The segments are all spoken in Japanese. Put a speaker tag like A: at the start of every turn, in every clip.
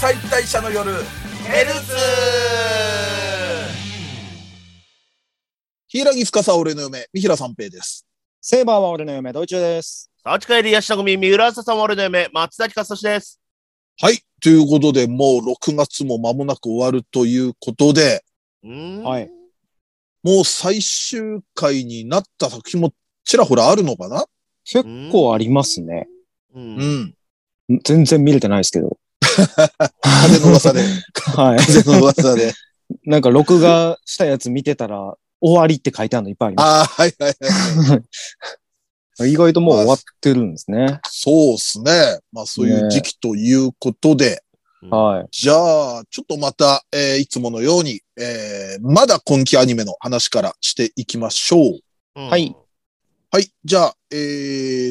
A: 解体者の夜ヘルツ
B: 柊司は俺の嫁、三平三平です。
C: セーバーは俺の嫁、ドイツです。
D: さあ、近いりやした組、三浦朝さんは俺の夢、松崎勝利です。
B: はい。ということで、もう6月も間もなく終わるということで、
D: うーん。
C: はい。
B: もう最終回になった作品もちらほらあるのかな
C: 結構ありますね。
D: うん
B: うん。
C: 全然見れてない ですけど。
B: 風の 噂で。
C: は
B: 風の
C: い。
B: 噂で。
C: なんか録画したやつ見てたら、終わりって書いてあるのいっぱいありま
B: ああ、はいはいはい。
C: す。意外ともう終わってるんですね。
B: そうですね。まあそういう時期ということで、
C: はい。
B: じゃあ、ちょっとまた、えーいつものように、えーまだ今期アニメの話からしていきましょう。
D: うん
C: はい。
B: はい。じゃあ、え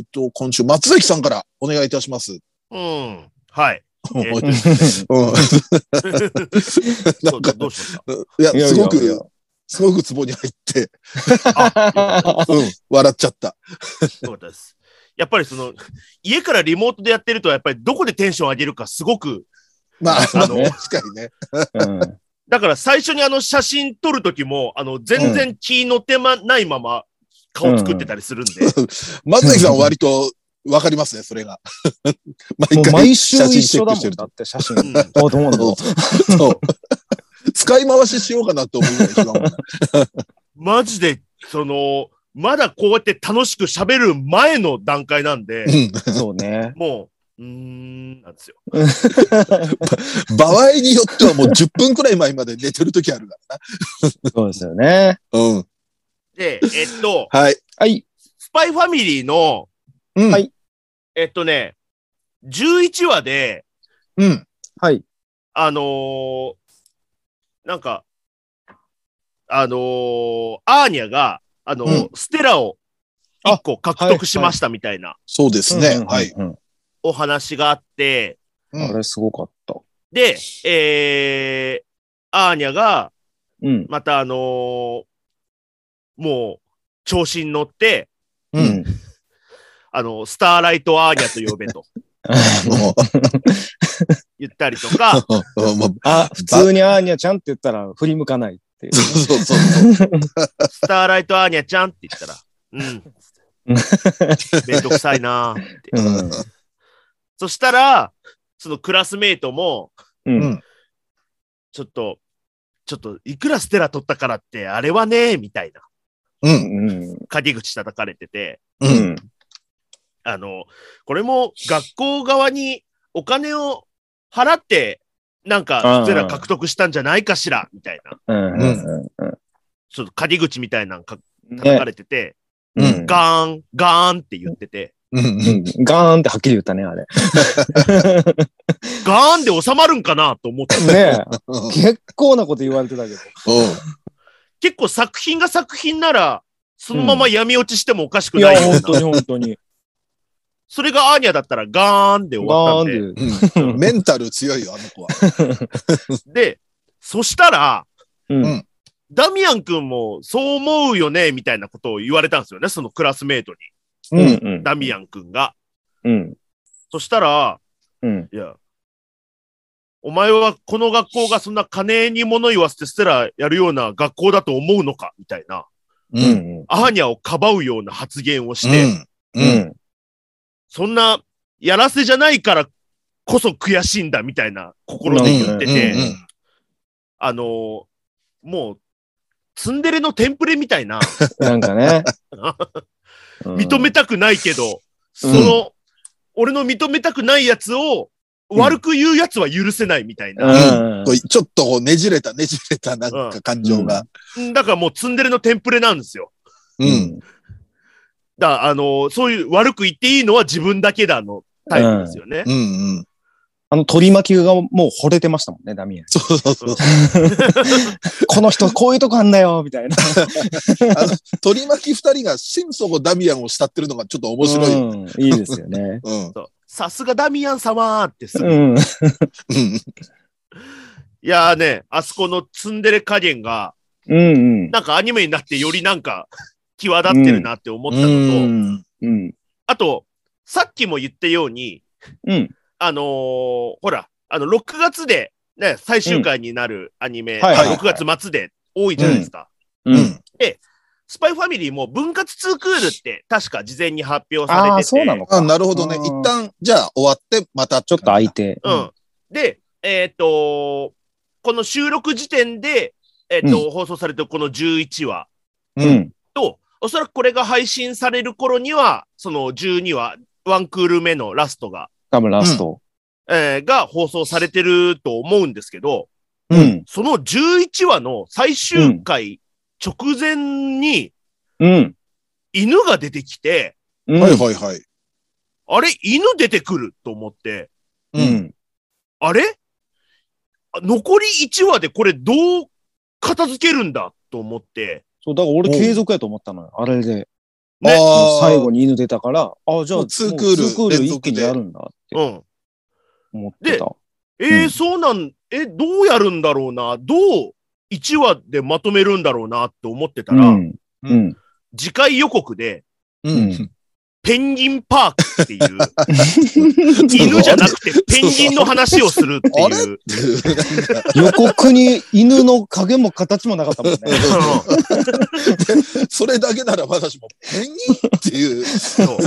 B: ーと、今週、松崎さんからお願いいたします。
D: うん。 はい。えー
B: うん
D: そうどうしま
B: いや、
C: いやいや
B: すご
C: いや
B: く、すごくツボに入って、
C: は
B: うん、笑っちゃった。
D: したそうです。やっぱりその、家からリモートでやってると、やっぱりどこでテンション上げるかすごく、
B: まあ、まあ
D: あの
B: 確かにね。
C: うん
D: だから最初にあの写真撮るときも、あの、全然気乗ってまないまま顔作ってたりす るんで、
B: 松崎さんは割とわかりますね、それが。
C: も
B: 毎
C: う
B: 回。
C: 毎週
B: 写真
C: 一
B: チェッ
C: 緒
B: ク
C: だ
B: し
C: も
B: て
C: ん
B: る
C: だ
B: と
C: って写真。
D: うん
C: あ、どうも
B: そ
C: どう
B: うそう。使い回ししようかなと思うぐらい違うもん ね
D: マジで、その、まだこうやって楽しく喋る前の段階なんで、
C: も。そう ね。
D: もう、うーん、なんですよ。
B: うん。場合によってはもう10分くらい前まで寝てる時あるか
C: そうですよね。
B: ら。うん。
D: で、えっと、
B: はい。
C: はい。
D: スパイファミリーの、
B: うん。
C: はい
D: えっとね、11話で、
B: うん。
C: はい。
D: あのーなんか、あのーアーニャが、あのーステラを1個獲得しましたみたいな
B: そうですね。
C: うん
B: はい。。
C: うん
D: お話があって、
B: う
C: あ
B: ん。
C: れすごかった。
D: で、えー、アーニャが、
C: うん。
D: またあのーもう、調子に乗って、
B: う。
C: うんん。
D: あの、スターライトアーニャと呼べと
B: も
D: 言ったりと か、
B: うもう
C: あ、普通にアーニャちゃんって言ったら振り向かないっていう。
B: そうそうそう。
D: スターライトアーニャちゃんって言ったら、うん。めんどくさいなーって。
C: うん
D: そしたら、そのクラスメイトも、
C: うん
B: うん
D: ちょっと、ちょっと、いくらステラ取ったからって、あれはねみたいな、
B: うん。
D: 陰口叩かれてて、
B: う。
C: うんん。
D: あの、これも学校側にお金を払って、なんか、
C: あー
D: ステラ獲得したんじゃないかしら、みたいな、
C: うん。
D: ちょっと陰口みたいなのか
C: うん
D: 叩かれてて、
C: うんガ
D: ガーン、ガーンって言ってて、
B: うん。
C: ーン。ガーンってはっきり言ったね、あれ。
D: ガーンで収まるんかなと思って
C: ね
B: うん
C: え。結構なこと言われてたけど。
D: 結構作品が作品なら、そのまま闇落ちしてもおかしく
C: い
D: ないよ
C: や、
D: うな、
C: 本当に本当に。
D: それがアーニャだったらガーンで終わっ
C: ガー
D: たんで。
C: ンって。
B: うんメンタル強いよ、あの子は。
D: で、そしたら、
C: うん。
D: ダミアン君もそう思うよね、みたいなことを言われたんですよね、そのクラスメイトに。
C: う
B: うん。
C: ん。
D: ダミアン君が。
C: うん。
D: そしたら、
C: うん。
D: いや、お前はこの学校がそんな金に物言わせてステラやるような学校だと思うのか、みたいな、
B: う。
C: うんん。
D: アーニャをかばうような発言をして、
B: うん。
C: う
B: うん。
C: ん。
D: そんな、やらせじゃないからこそ悔しいんだ、みたいな心で言って
B: うん
D: て、
B: うん
D: あのーもう、ツンデレのテンプレみたいな、
C: なんかね。
D: 認めたくないけど、
C: うん
D: その、俺の認めたくないやつを悪く言うやつは許せないみたいな。
C: うん
B: こうちょっとこうねじれたねじれたなんか感情が。
D: だからもうツンデレのテンプレなんですよ。
B: う。ん。
D: だあのーそういう悪く言っていいのは自分だけだのタイプですよね。
B: うんうん。
C: あの取り巻きがもう惚れてましたもんね、ダミアン。
B: そうそうそう。
C: この人、こういうとこあんだよ、みたいな。
B: あの、取り巻き二人が心底ダミアンを慕ってるのがちょっと面白い。うん。
C: うん。いいですよね。
B: うん。
D: そうさすがダミアン様ってすぐ。い
C: うん。
D: やーね、あそこのツンデレ加減が、
C: うん。
D: なんかアニメになってよりなんか、際立ってるなって思ったのと、
B: うん。
C: うん。
D: あと、さっきも言ったように、
C: うん。
D: あのーほら、あの、6月で、ね、最終回になるアニメ、
C: はい
B: はい
D: 6月末で多いじゃないですか。
B: う。
E: うんん。
D: スパイファミリーも分割2クールって確か事前に発表されて
C: あ
D: て。
C: あ、そうなの
B: あ
C: か。
B: なるほどね。
C: うん
B: 一旦、じゃあ終わって、また
C: ちょっと空いて。
D: うん。で、えーっと、この収録時点で、えーっと、放送されてるこの11話
B: う
C: うんん。うん。
D: と、おそらくこれが配信される頃には、その12話、ワンクール目のラストが、
C: ガムラスト。
D: えーが放送されてると思うんですけど、
C: うん。
D: その11話の最終回直前に
C: うん。
D: 犬が出てきて、
C: うん。
B: はいはいはい。
D: あれ犬出てくると思って、
B: う。
C: うんん。
D: あれあ残り1話でこれどう片付けるんだと思って、
C: そう、だから俺継続やと思ったのよ。あれで。
D: ね
B: ああ、
C: 最後に犬出たから、ああ、じゃ
B: も
C: あ、
B: うツークール
C: もうツークール
B: 連続
C: 一
B: で
C: 気にやるんだって
D: うん。
C: 思ってた。
D: えー
C: うん
D: そうなん、え、どうやるんだろうな、どう1話でまとめるんだろうなって思ってた
C: う
D: ら、
C: ん。 うん。
D: 次回予告で、
B: う
C: うんん。
D: ペンギンパーク っていう、犬じゃなくてペンギンの話をするって
B: あ
D: いう。
C: 予告に犬の影も形もなかったもんね。
D: うん
B: それだけなら私も、ペンギンっていう。
D: そう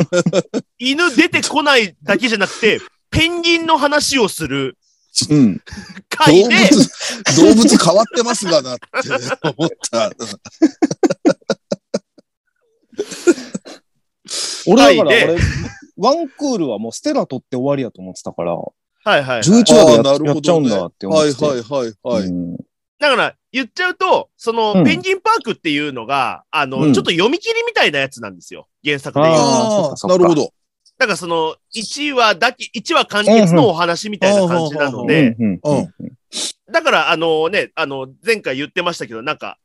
D: 犬出てこないだけじゃなくて、ペンギンの話をする
C: うん。
D: 回
B: 動
D: で、
B: 物、動物変わってますがなって思った。
C: 俺だから
D: はいで
C: 俺、ワンクールはもうステラ取って終わりやと思ってたから、
D: はいはいはい。
C: 11話でやっ
B: ああなるほどね
C: やっちゃうんだって思っ
B: は
C: て
B: い
C: て。
B: はいはいはい。
C: うん
D: だから、言っちゃうと、その、
C: うん
D: ペンギンパークっていうのが、あの、
C: うん
D: ちょっと読み切りみたいなやつなんですよ。原作で言うと。
C: あーそっ
B: ああ、
C: かそっか
B: なるほど。
D: だからその、1話だけ、1話完結のお話みたいな感じなの
B: うん
D: で、
C: うん
B: うん
C: うん
D: だから、あのね、あの、前回言ってましたけど、なんか、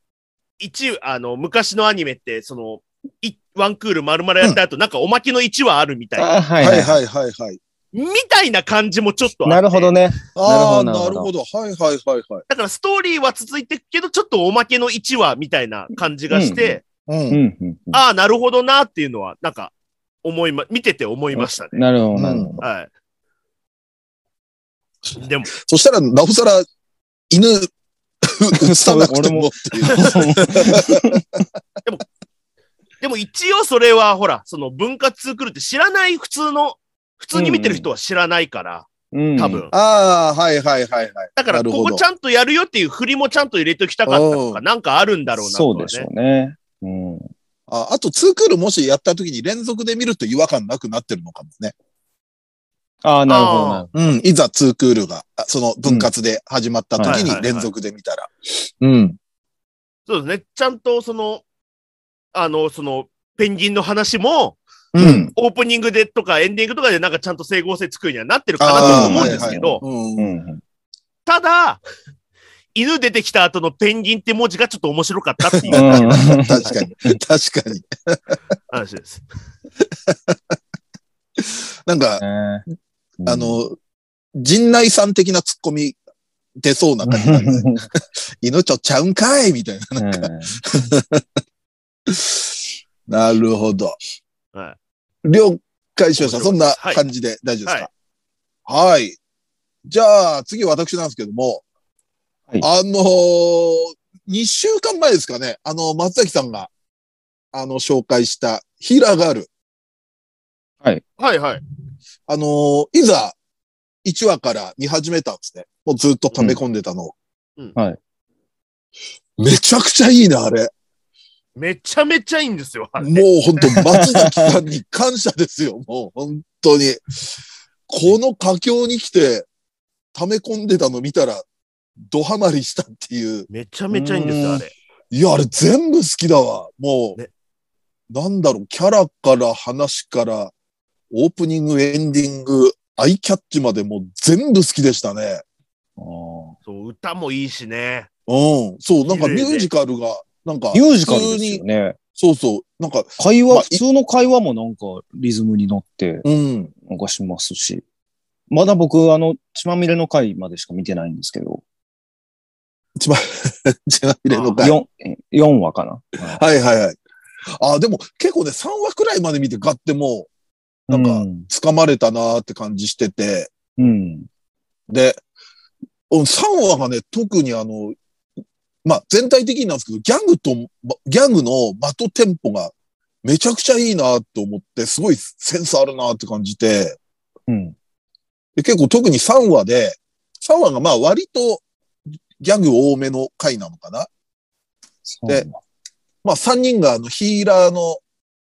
D: 一、あの、昔のアニメって、その、いワンクール丸々やった後、なんかおまけの1話あるみたいな、
C: あは
B: はいい
C: はい。
B: はいはいはい。
D: みたいな感じもちょっとあって
C: なるほどね。
B: ああ、
C: なる
B: な
C: ほ
B: る
C: ど
B: ほど。はいはいはいはい。
D: だからストーリーは続いていくけど、ちょっとおまけの1話みたいな感じがして、
B: うん
C: うんうんうん
D: ああ、なるほどなっていうのは、なんか、思いま、見てて思いましたね。
C: なるほど、なるほど。
D: はい。でも、
B: そしたら、なおさら、犬、 映さなくてもって いう。
D: でも一応それは、ほら、その分割来るって知らない普通の、普通に見てる人は知らないから、
C: うん
D: 多。分。
B: ああ、はいはいはいはい。
D: だから、
B: なる
D: こ
B: ほど
D: こちゃんとやるよっていう振りもちゃんと入れときたかったとか、
B: う
D: なんかあるんだろうなと
C: そ
D: は
C: う
D: ね。
C: でしょうね。うん。
B: ああと、ツークールもしやった時に連続で見ると違和感なくなってるのかもね。
C: ああ、なるほどなるほ
B: うん。いざツークールが、あその分割で始まった時
D: うんはいはいは
B: に
D: い
B: 連続で見たら。うん。
D: そうですね。ちゃんとその、あの、その、ペンギンの話も、
B: うん。
D: オープニングでとかエンディングとかでなんかちゃんと整合性つくようにはなってるかなと思うんですけど、
B: うん
C: ど。うん。
D: ただ、犬出てきた後のペンギンって文字がちょっと面白かったっていう
C: う
B: 確
C: ん
B: かに。確かに。
D: 話です。
B: なんか、
C: ね
B: あ、の、陣内さん的なツッコミ出そうな感じなんで。犬ちょちゃうんかいみたいな。なるほど。
D: は
B: 了解しました。
D: 面白い
B: そんな
D: はい
B: 感じで大丈夫ですかはい。じゃあ、次私なんですけども、
C: はい
B: あのー、2週間前ですかね、あの、松崎さんが、あの、紹介した、ヒラガール。
D: い。はいはい。
B: あのー、いざ、1話から見始めたんですね。もうずっと溜め込んでたのを。
D: うん
C: うんはい
B: めちゃくちゃいいな、あれ。
D: めちゃめちゃいいんですよ。あれ
B: もう本当松崎さんに感謝ですよ。もう本当に。この佳境に来て、溜め込んでたの見たら、ドハマりしたっていう。
D: めちゃめちゃいいんですよ、あれ。
B: いや、あれ全部好きだわ。もう、
D: ね
B: なんだろう、キャラから話から、オープニング、エンディング、アイキャッチまでもう全部好きでしたね。
C: うん
D: そう、歌もいいしね。
B: うん。そう、なんか
D: 綺麗
B: ミ
D: で
B: ュージカルが、なんか、
C: ミュージカルですよね。
B: そうそう、なんか、
C: 会
B: まあ
C: 話、
B: い
C: 普通の会話もなんかリズムに乗って、
B: うん。
C: なんかしますし。まだ僕、あの、血まみれの回までしか見てないんですけど、
B: ちま、ちまみれの回。
C: 四四話かな。
B: はいはいはい。あ、でも結構ね、3話くらいまで見てガッてもう、なんか
C: うん
B: 掴まれたなーって感じしてて、
C: うん。
B: で、うん3話がね、特にあの、まあ、全体的になんですけど、ギャングと、まギャングの的テンポがめちゃくちゃいいなと思って、すごいセンスあるなって感じて、
C: うん。
B: で結構特に3話で、3話がまあ割とギャング多めの回なのかな
C: そうなんだ
B: まあ、3人があのヒーラーの、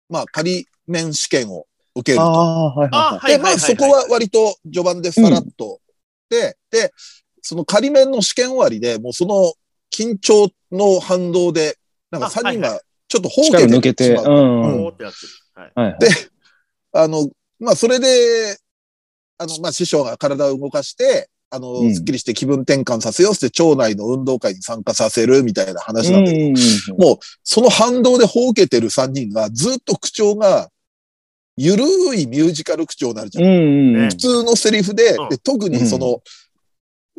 B: まあ、仮面試験を受ける
C: あ
B: と。
C: あ、はいはいはい。
D: あ
B: で、まあ、そこは割と序盤でさらっと。で、で、その仮面の試験終わりで、もうその緊張の反動で、なんか
D: あ
B: 3人
D: はい
B: がちょっと放
C: 力
B: 棄
C: 抜けて、うん。
B: う
C: は
B: ん
C: い
D: こうってやつ。はい。
C: はい。
B: であの、まあ、それで、あの、まあ、師匠が体を動かして、あの、
C: うん
B: すっきりして気分転換させようって、町内の運動会に参加させるみたいな話なんだけど
C: うん
B: もその反動でほうけてる3人が、ずっと口調が、ゆるいミュージカル口調になるじゃん。
C: うんうんうん
D: ね
B: 普通のセリフで、
D: うん
B: で特にその、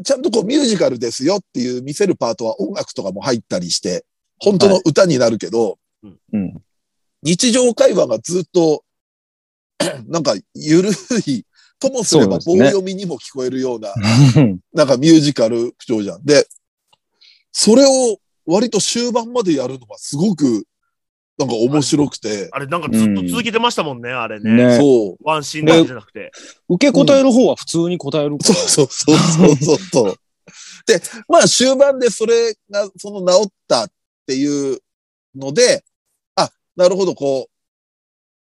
B: ちゃんとこうミュージカルですよっていう見せるパートは音楽とかも入ったりして、本当の歌になるけど、
C: うん。
B: 日常会話がずっと、 なんかゆるい、ともすれば
C: そうです
B: 棒
C: ね
B: 読みにも聞こえるような、なんかミュージカル口調じゃん。で、それを割と終盤までやるのがすごく、なんか面白くて、
D: あれ、なんかずっと続けてましたもんね、あれね。
C: ね
B: そう。
D: ワンシーンだけじゃなくて。
C: 受け答える方は普通に答えるか
B: そう
C: ら。
B: そうそうそうそうそう。で、まあ終盤でそれが、その治ったっていうので、あ、なるほど、こう、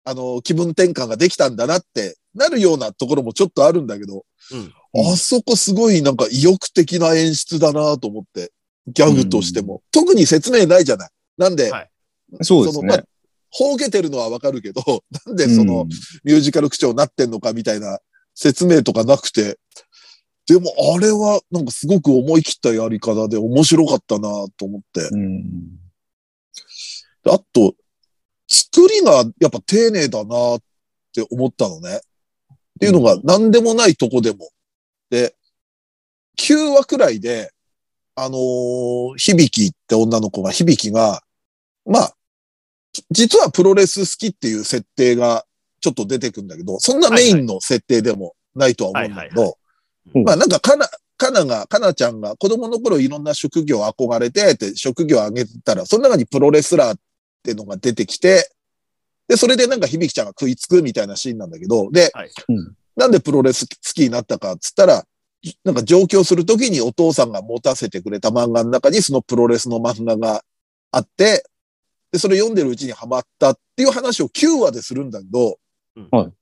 B: あの、気分転換ができたんだなってなるようなところもちょっとあるんだけど、
D: うん
B: あそこすごいなんか意欲的な演出だなと思って、ギャグとしても。特に説明ないじゃない。なんで、
D: はい
C: そうです
B: そのま
C: ね
B: あ。ほうけてるのはわかるけど、 なんでその、
C: うん
B: ミュージカル口調になってんのかみたいな説明とかなくて、でもあれはなんかすごく思い切ったやり方で面白かったなと思って。
C: うん
B: あと、作りがやっぱ丁寧だなって思ったのね。っていうのが何でもないとこでも。で、9話くらいで、あのー響って女の子が、響が、まあ、実はプロレス好きっていう設定がちょっと出てくんだけど、そんなメインの設定でもないとは思うんだけ
D: はい
B: ど
C: は、い
B: まあなんかかな、かなが、かなちゃんが子供の頃いろんな職業憧れて、って職業あげてたら、その中にプロレスラーっていうのが出てきて、で、それでなんか響ちゃんが食いつくみたいなシーンなんだけど、で、
D: はい
C: うん
B: なんでプロレス好きになったかっつったら、なんか上京するときにお父さんが持たせてくれた漫画の中にそのプロレスの漫画があって、で、それ読んでるうちにハマったっていう話を9話でするんだけど、
D: うん
C: はい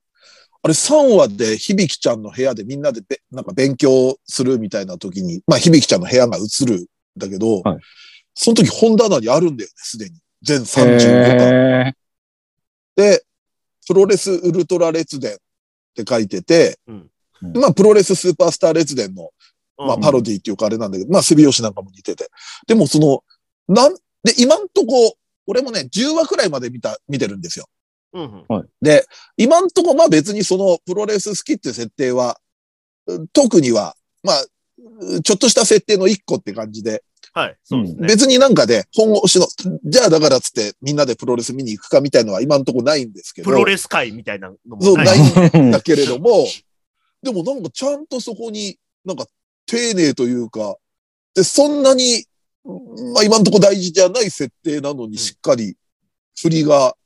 B: あれ3話で響ちゃんの部屋でみんなでべなんか勉強するみたいな時に、まあ響ちゃんの部屋が映るんだけど、
C: はい
B: その時本棚にあるんだよね、すでに。全35巻。
C: へー
B: で、プロレスウルトラ列伝って書いてて、
D: うん
B: まあ、プロレススーパースター列伝の、
D: うん
B: まあ、パロディっていうかあれなんだけど、まあ、背拍子なんかも似てて。でも、その、なん、で、今んとこ、俺もね、10話くらいまで見た、見てるんですよ。
D: うんうん
B: で、今んとこ、まあ別にその、プロレス好きっていう設定は、うん特には、まあ、うんちょっとした設定の一個って感じで、
D: はい、そうですね。
B: 別になんかで、本腰の、じゃあだからっつってみんなでプロレス見に行くかみたいのは今んとこないんですけど。
D: プロレス界みたいなのも
B: そう、
D: ない
B: ないん
C: ん
B: だけれども、でもなんかちゃんとそこに、なんか丁寧というか、で、そんなに、うんまあ今んとこ大事じゃない設定なのにしっかり振りが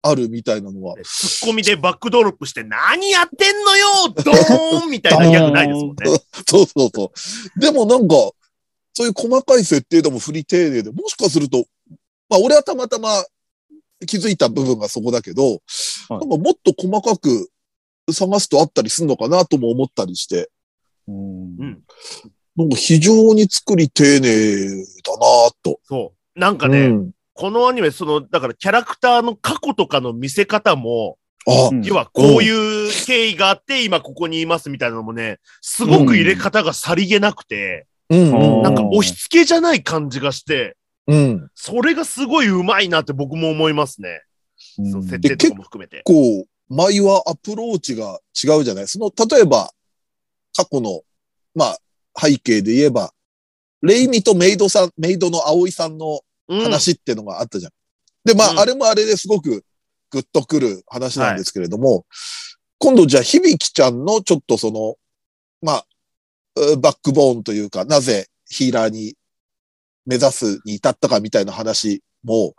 B: あるみたいなのは、
D: ツッコミでバックドロップして、何やってんのよドーンみたいなギャグないですもんね。
B: そうそうそう。でもなんか、そういう細かい設定でも振り丁寧で、もしかすると、まあ俺はたまたま気づいた部分がそこだけど、
C: はい
B: なんかもっと細かく探すとあったりするのかなとも思ったりして、
C: うん
D: うん
B: なんか非常に作り丁寧だなぁと。
D: そう。なんかね、
B: うん
D: このアニメ、その、だからキャラクターの過去とかの見せ方も、
B: あ、
C: うん
D: 要はこういう経緯があって、今ここにいますみたいなのもね、すごく入れ方がさりげなくて、
B: うん、
C: うん
D: なんか押し付けじゃない感じがして、
B: うん。
D: それがすごい上手いなって僕も思いますね。その設定とかも含めて。
B: こう、前はアプローチが違うじゃないその、例えば、過去の、まあ、背景で言えば、レイミとメイドさん、メイドの葵さんの
D: うん
B: 話ってのがあったじゃん。で、まあ、
D: うん
B: あれもあれですごくグッとくる話なんですけれども、今度じゃあ、響ちゃんのちょっとその、まあ、うバックボーンというか、なぜヒーラーに目指すに至ったかみたいな話も、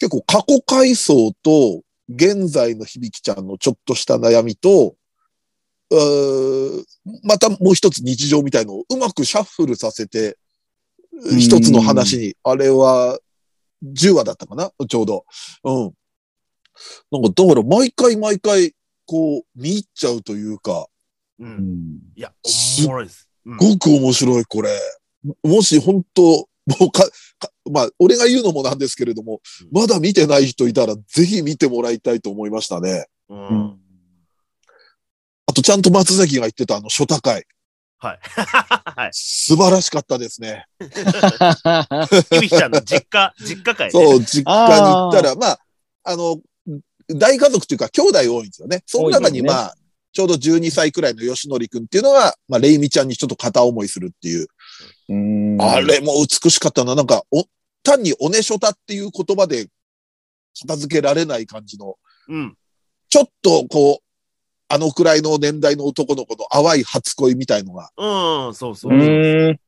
B: 結構過去回想と現在の響ちゃんのちょっとした悩みと、うーまたもう一つ日常みたいのをうまくシャッフルさせて、
C: ん
B: 一つの話に、あれは10話だったかなちょうど。うん。なんか、だから毎回毎回、こう、見入っちゃうというか、
D: う。
C: うんん。
D: いや、
B: す
D: おもろいです。うん
B: ごく面白い、これ。もし本当、もうか、かまあ、俺が言うのもなんですけれども、まだ見てない人いたら、ぜひ見てもらいたいと思いましたね。
D: うん。
B: あと、ちゃんと松崎が言ってた、あの、初高い。
D: はい。
B: 素晴らしかったですね。
D: ゆきちゃんの実家、実家会ね。
B: そう、実家に行ったら、まあ、あの、大家族というか、兄弟多いんですよね。その中に、
C: 多いです
B: ま
C: ね
B: あ、ちょうど12歳くらいの吉典くんっていうのは、まあ、レイミちゃんにちょっと片思いするっていう。
C: うん
B: あれも美しかったな。なんか、お、単におねしょたっていう言葉で片付けられない感じの、
D: うん。
B: ちょっとこう、あのくらいの年代の男の子の淡い初恋みたいのが、
D: うん、そうそう
C: う。ん。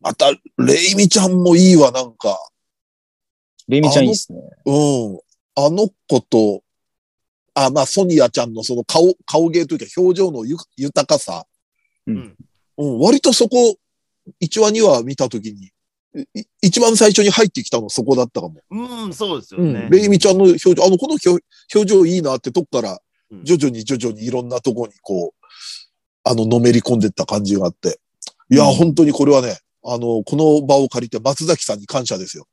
B: また、レイミちゃんもいいわ、なんか。
C: レミちゃんいいですね。
B: うん。あの子と、あ、まあ、ソニアちゃんのその顔、顔芸というか表情のゆ豊かさ。
C: うん
B: うん。割とそこ、1話2話見たときに、い一番最初に入ってきたのそこだったかも。
D: うん、そうですよ
B: うん。
D: ね。
B: レイミちゃんの表情、あの、この表表情いいなってとこから
D: うん、
B: 徐々に徐々にいろんなとこにこう、あの、のめり込んでった感じがあって。いや、
C: うん
B: 本当にこれはね、あの、この場を借りて松崎さんに感謝ですよ。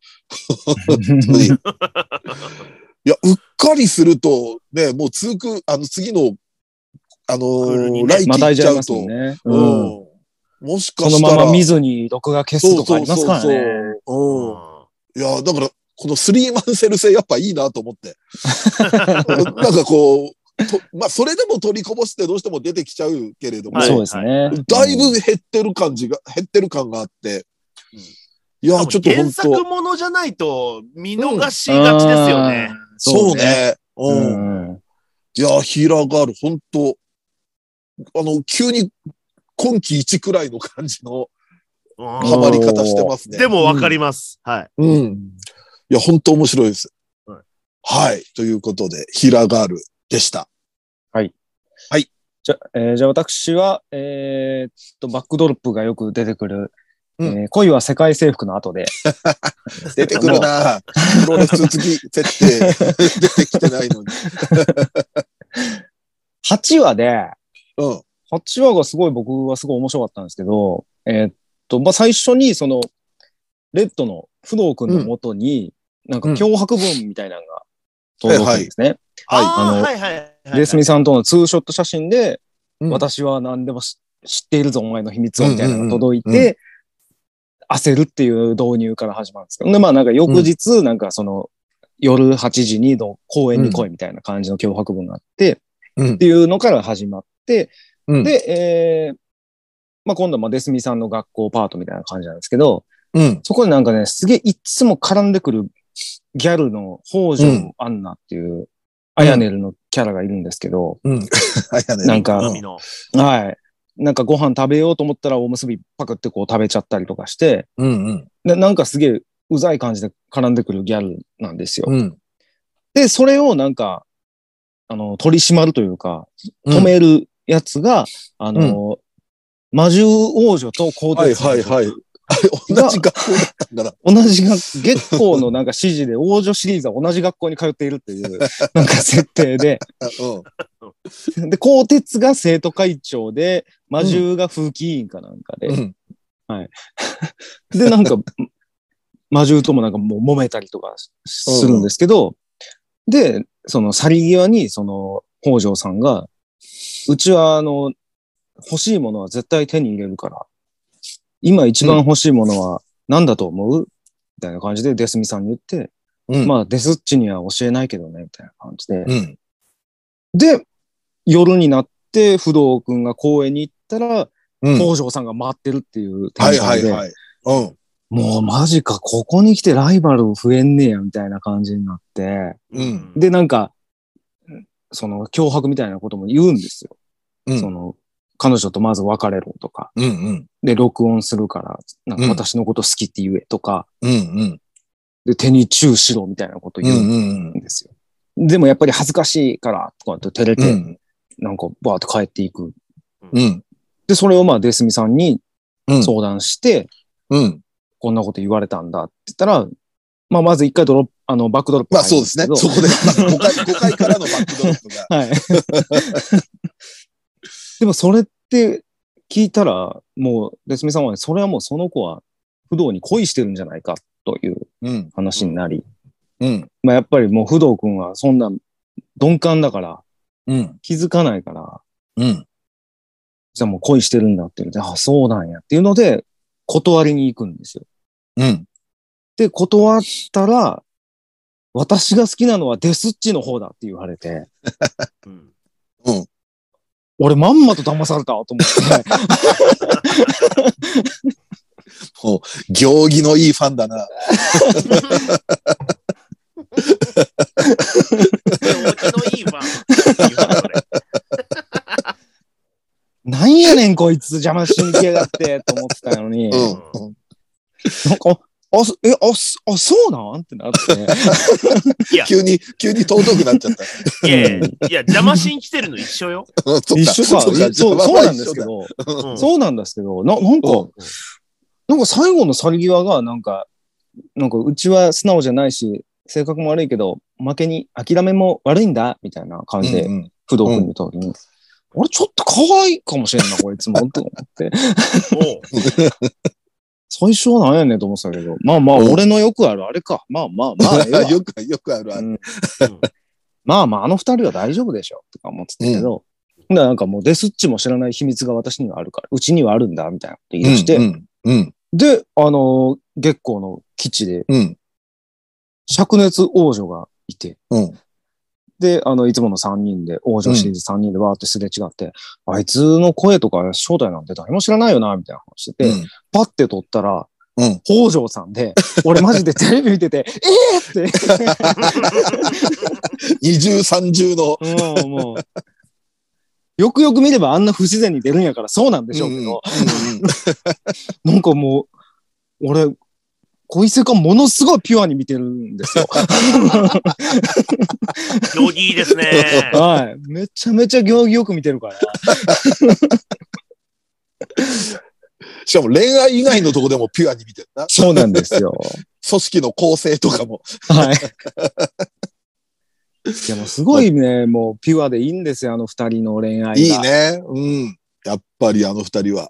B: 本当 にいや、うっかりすると、ね、もう続く、あの、次の、あの
D: クールに
B: ー、
D: ね
B: 来期
C: また
B: 行
C: い
B: っ
C: じ
B: ち
C: ゃ
B: ゃ
C: いうます
B: と、
C: もんね。
B: う
C: うん。
B: ん。もしか
C: そ
B: し
C: の
B: たら、
C: まま見ずに録画消すとかありますから
B: そうそ
C: ね。
B: うそう
D: うん
B: うん。いや、だから、このスリーマンセル性やっぱいいなと思 って。なんかこう、とまあ、それでも取りこぼしてどうしても出てきちゃうけれども、
D: はい
C: そうですね。
B: だいぶ減ってる感じが、減ってる感があって、
D: うん
B: いや、ちょっと
D: 原
B: 本
D: 作
B: 当、
D: ものじゃないと見逃しがちですよね。
C: うん。
B: そう。ね。
C: う
B: うん
C: ん。
B: いやー、ヒーラーガール、本当あの、急に今季一くらいの感じの
D: うん
B: ハマり方してますね。
D: でもわかります。はい。
B: うん。うん。いや、本当面白いです。
D: はい
B: はい。ということで、ヒーラーガールでした。
C: じゃ、えーじゃあ私は、えーっと、バックドロップがよく出てくる、
B: うん
C: えー恋は世界征服の後で。
B: 出てくるなぁプロレス好き設 定出てきてないのに。
C: 8話で、
B: うん。
C: 8話がすごい僕はすごい面白かったんですけど、えーっと、まあ、最初にその、レッドの不動君のもとに、なんか脅迫文みたいなのが届くんですね。
B: はい
D: あー
C: あの
D: はいはいはいはい。
C: レスミさんとのツーショット写真で、
B: うん
C: 私は何でもし知っているぞ、お前の秘密を、みたいなのが届いて、
B: うんうんうん
C: 焦るっていう導入から始まるんですけど、で、まあなんか翌日、なんかその、夜8時にの公園に来いみたいな感じの脅迫文があって、
B: うん
C: っていうのから始まって、
B: うん
C: で、えー、まあ今度はまあデスミさんの学校パートみたいな感じなんですけど、
B: うん。
C: そこでなんかね、すげえいつも絡んでくるギャルの北
B: うん
C: 条アンナっていう、アヤネルのキャラがいるんですけど、
B: はい、やね。
C: なんか
D: 海の。
C: はい。なんかご飯食べようと思ったらおむすびパクってこう食べちゃったりとかして、
B: うんうん。
C: ななんかすげえうざい感じで絡んでくるギャルなんですよ。
B: うん。
C: で、それをなんか、あの、取り締まるというか、
B: うん
C: 止めるやつが、あの、魔獣王女と行動
B: はいはいはい。あれ、同じ学校だったんだな。
C: 同じが、月光のなんか指示で王女シリーズは同じ学校に通っているっていう、 なんか設定で、
B: うん。
C: で、鋼鉄が生徒会長で、魔獣が風紀委員かなんかで、
B: うん。
C: で、なんか、魔獣ともなんかもう揉めたりとかしするんですけど、で、その去り際に、その、北条さんが、うちはあの、欲しいものは絶対手に入れるから、今一番欲しいものは何だと思う、みたいな感じでデスミさんに言って、
B: うん。
C: まあデスッチには教えないけどね、みたいな感じで。
B: うん。
C: で、夜になって不動君が公園に行ったら、
B: うん。
C: 北条さんが回ってるっていう展
B: はい
C: 開で。
B: はいはい。うん。
C: もうマジか、ここに来てライバル増えんねや、みたいな感じになって。
B: うん
C: で、なんか、その、脅迫みたいなことも言うんですよ。
B: うん
C: その、彼女とまず別れろとか、
B: うんうん。
C: で、録音するから、なん
B: う
C: か
B: ん
C: 私のこと好きって言えとか、
B: うんうん。
C: で、手にチューしろみたいなこと
B: うんう
C: 言うんんですよ。でもやっぱり恥ずかしいから、とかって照れ
B: うん。う
C: て、
B: ん
C: なんかバーって帰っていく。
B: うん。
C: で、それをまあ、デスミさんに
B: うん。
C: 相談して、
B: うん。
C: こんなこと言われたんだって言ったら、まあ、まず一回ドロップ、あの、バックドロップ
B: まあそう
C: 入るん
B: ですね。
C: けど
B: そこ で、まあ、5回、五回からのバックドロップが。
C: はい。 でもそれって聞いたら、もう、レスミさんは、それはもうその子は不動に恋してるんじゃないかという
B: うん。
C: 話になり、
B: うん。
C: まあやっぱりもう不動くんはそんな鈍感だから、
B: うん。
C: 気づかないから、
B: うん。
C: じゃあもう恋してるんだって言うて、あ、そうなんやっていうので、断りに行くんですよ。
B: うん。
C: で、断ったら、私が好きなのはデスッチの方だって言われて、
D: うん
C: 俺まんまと騙されたと思って、
B: 行儀のいいファンだな。
D: のいいわ。っていうのこれ
C: なんやねんこいつ邪魔しに来やがってと思ってたのに、
B: うん。
C: なんか、あ、そえ、あ、そあそうなんってなって。
B: 急に、急に尊くなっちゃった。
D: いやいや、いや邪魔しに来てるの一緒よ。
B: うんそっか
C: 一緒
B: そ
C: か。そうう
B: か
C: そう
B: まあ
C: なんですけ
B: まあ
C: ど、
D: うん
C: そうなんですけど、ななんか、
B: う
C: なんか最後の去り際が、なんか、なんかうちは素直じゃないし、性格も悪いけど、負けに諦めも悪いんだ、みたいな感
B: 一
C: じ
B: 緒だよう
C: で、
B: んうん
C: 不動君の時に、俺ちょっと可愛いかもしれんな、こいつも、と思って。
D: おう
C: 最初はなんやねんと思ってたけど、まあまあ、
B: うん
C: 俺のよくある、あれか。まあまあまあ、ええわ
B: よく、よくあるあ
C: う
B: る。
C: んまあまあ、あの二人は大丈夫でしょとか思ってたけど、だからなんかもうデスッチも知らない秘密が私にはあるから、うちにはあるんだ、みたいなこと言い出して、
B: うん。うん。
C: で、あのー月光の基地で、
B: うん。
C: 灼熱王女がいて、
B: うん
C: で、あの、いつもの三人で、王女シリーズ三人でわーってすれ違って、あいつの声とか正体なんて誰も知らないよな、みたいな話してて、
B: うん
C: パッて撮ったら、
B: うん
C: 北条さんで、 俺マジでテレビ見てて、ええって。
B: 二重三重の。
C: もう、もう。よくよく見ればあんな不自然に出るんやからそうなんでしょうけど、
B: うん
C: なんかもう、俺、恋世界ものすごいピュアに見てるんですよ。
D: 行儀いいですね。
C: はい。めちゃめちゃ行儀よく見てるから。
B: しかも恋愛以外のとこでもピュアに見てるな。
C: そうなんですよ。
B: 組織の構成とかも。
C: はい。いやもうすごいね、もうピュアでいいんですよ、あの二人の恋愛が。
B: いいね。うん。やっぱりあの二人は。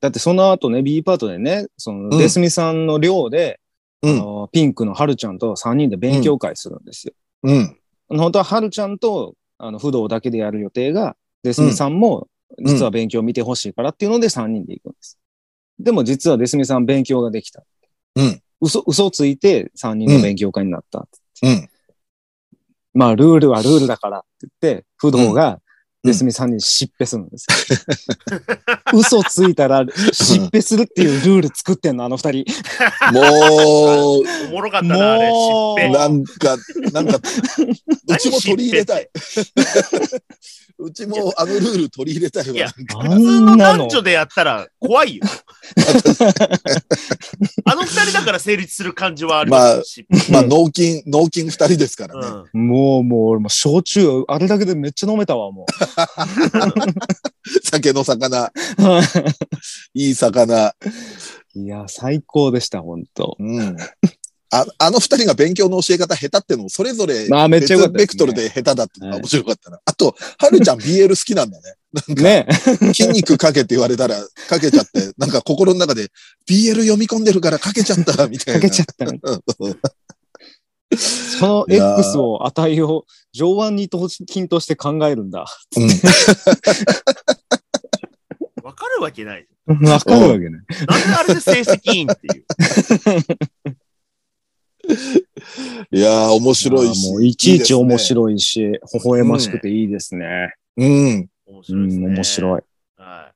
C: だってその後ね、B パートでね、その、
B: ん
C: デスミさんの寮で、
B: う
C: あ
B: ん。
C: のピンクの春ちゃんと三人で勉強会するんですよ
B: うん。
C: 本当は春ちゃんとあの不動だけでやる予定が、デスミさんも実は勉強見てほしいからっていうので3人で行くんです。でも実はデスミさん勉強ができた。
B: うん
C: 嘘、嘘ついて3人の勉強会になった。
B: うん。
C: まあルールはルールだからって言って、不動が
B: うん
C: デスミさんに疾病するんですよ。嘘ついたら疾病するっていうルール作ってんの、あの二人。
B: もう、
D: おもろかったな、あれ。
C: もう
D: しっぺ
B: なんか、なん か、うちも取り入れたい。 うちもあのルール取り入れたい
D: い
B: わ
D: や。
C: あ
D: 普通の
C: んなの
D: 男女でやったら怖 いよ。あの二人だから成立する感じはある
B: まあ
D: し。
B: まあ、脳筋、脳筋二人ですからね。
C: もう、もう、俺もう焼酎、あれだけでめっちゃ飲めたわ、も
B: 酒の魚、
C: う。
B: いい魚。
C: いや、最高でした、本当
B: うん。ああの二人が勉強の教え方下手ってのもそれぞれ
C: まあ、めっちゃよかった
B: ベクトル
C: ね
B: で下手だってのが面白かったな。あと、は るちゃん BL 好きなんだね。
C: ね。
B: 筋肉かけって言われたらかけちゃって、なんか心の中で BL 読み込んでるからかけちゃったみたい
C: か
B: な。
C: けちゃったの。その X を値を上腕二頭筋として考えるんだ。
B: うん
D: わかるわけない。
C: わかるわ
D: なん
C: けね。
D: であれで成績いいんっていう。
B: いやー、面白いし。
C: もういちいち面
B: い
C: 白いし、微笑ましくていいですね。
B: いですね。うん。
D: 面
C: う
D: 白いです
C: ん、
D: ね。
C: 面白い。
D: は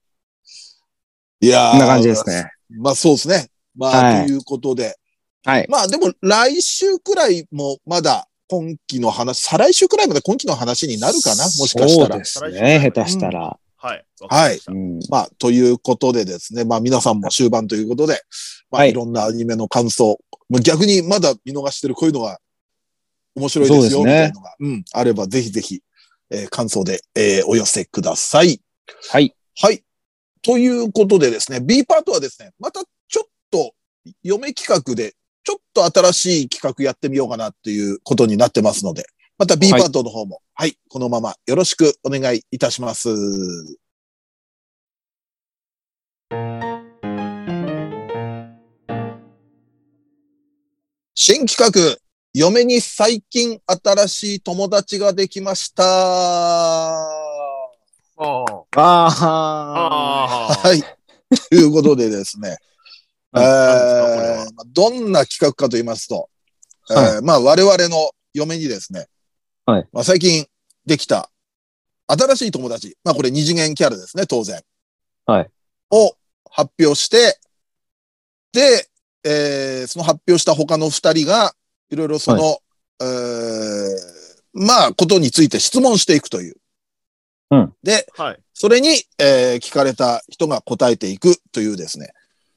D: い
B: やー
C: こんな感じです。ね。
B: まあそうですね。まあ、
C: はい
B: ということで。
C: はい。
B: まあでも来週くらいもまだ今期の話、再来週くらいまで今期の話になるかなもしかした
C: そう
B: ら
C: で。すね、下手したら。
D: い。はい。わかりました
C: うん
B: まあ、ということでですね、まあ皆さんも終盤ということで、まあ
C: はい
B: いろんなアニメの感想、もう逆にまだ見逃してるこういうのが面白い
C: そう
B: で
C: ですす
B: よ、
C: ね
B: みたいなのが、うん、あればぜひぜひ、えー感想で、えーお寄せください。
C: はい。
B: はい。ということでですね、B パートはですね、またちょっと嫁企画で、ちょっと新しい企画やってみようかなっていうことになってますので、また B パ
C: はい
B: ートの方も、はい、このままよろしくお願いいたします。新企画、嫁に最近新しい友達ができました。は
D: あー
C: ああ。
D: あー。
B: い。ということでです ね、えー
D: 何です
B: まあどんな企画かと言いますと、
C: は
B: えーまあ我々の嫁にですね、
C: はい
B: まあ、最近できた新しい友達、まあこれ二次元キャラですね、当然。
C: はい
B: を発表して、で、えーその発表した他の二人が、いろいろその、えーまあことについて質問していくという。
C: うん
B: で、
D: はい。
B: それに、えー聞かれた人が答えていくというですね、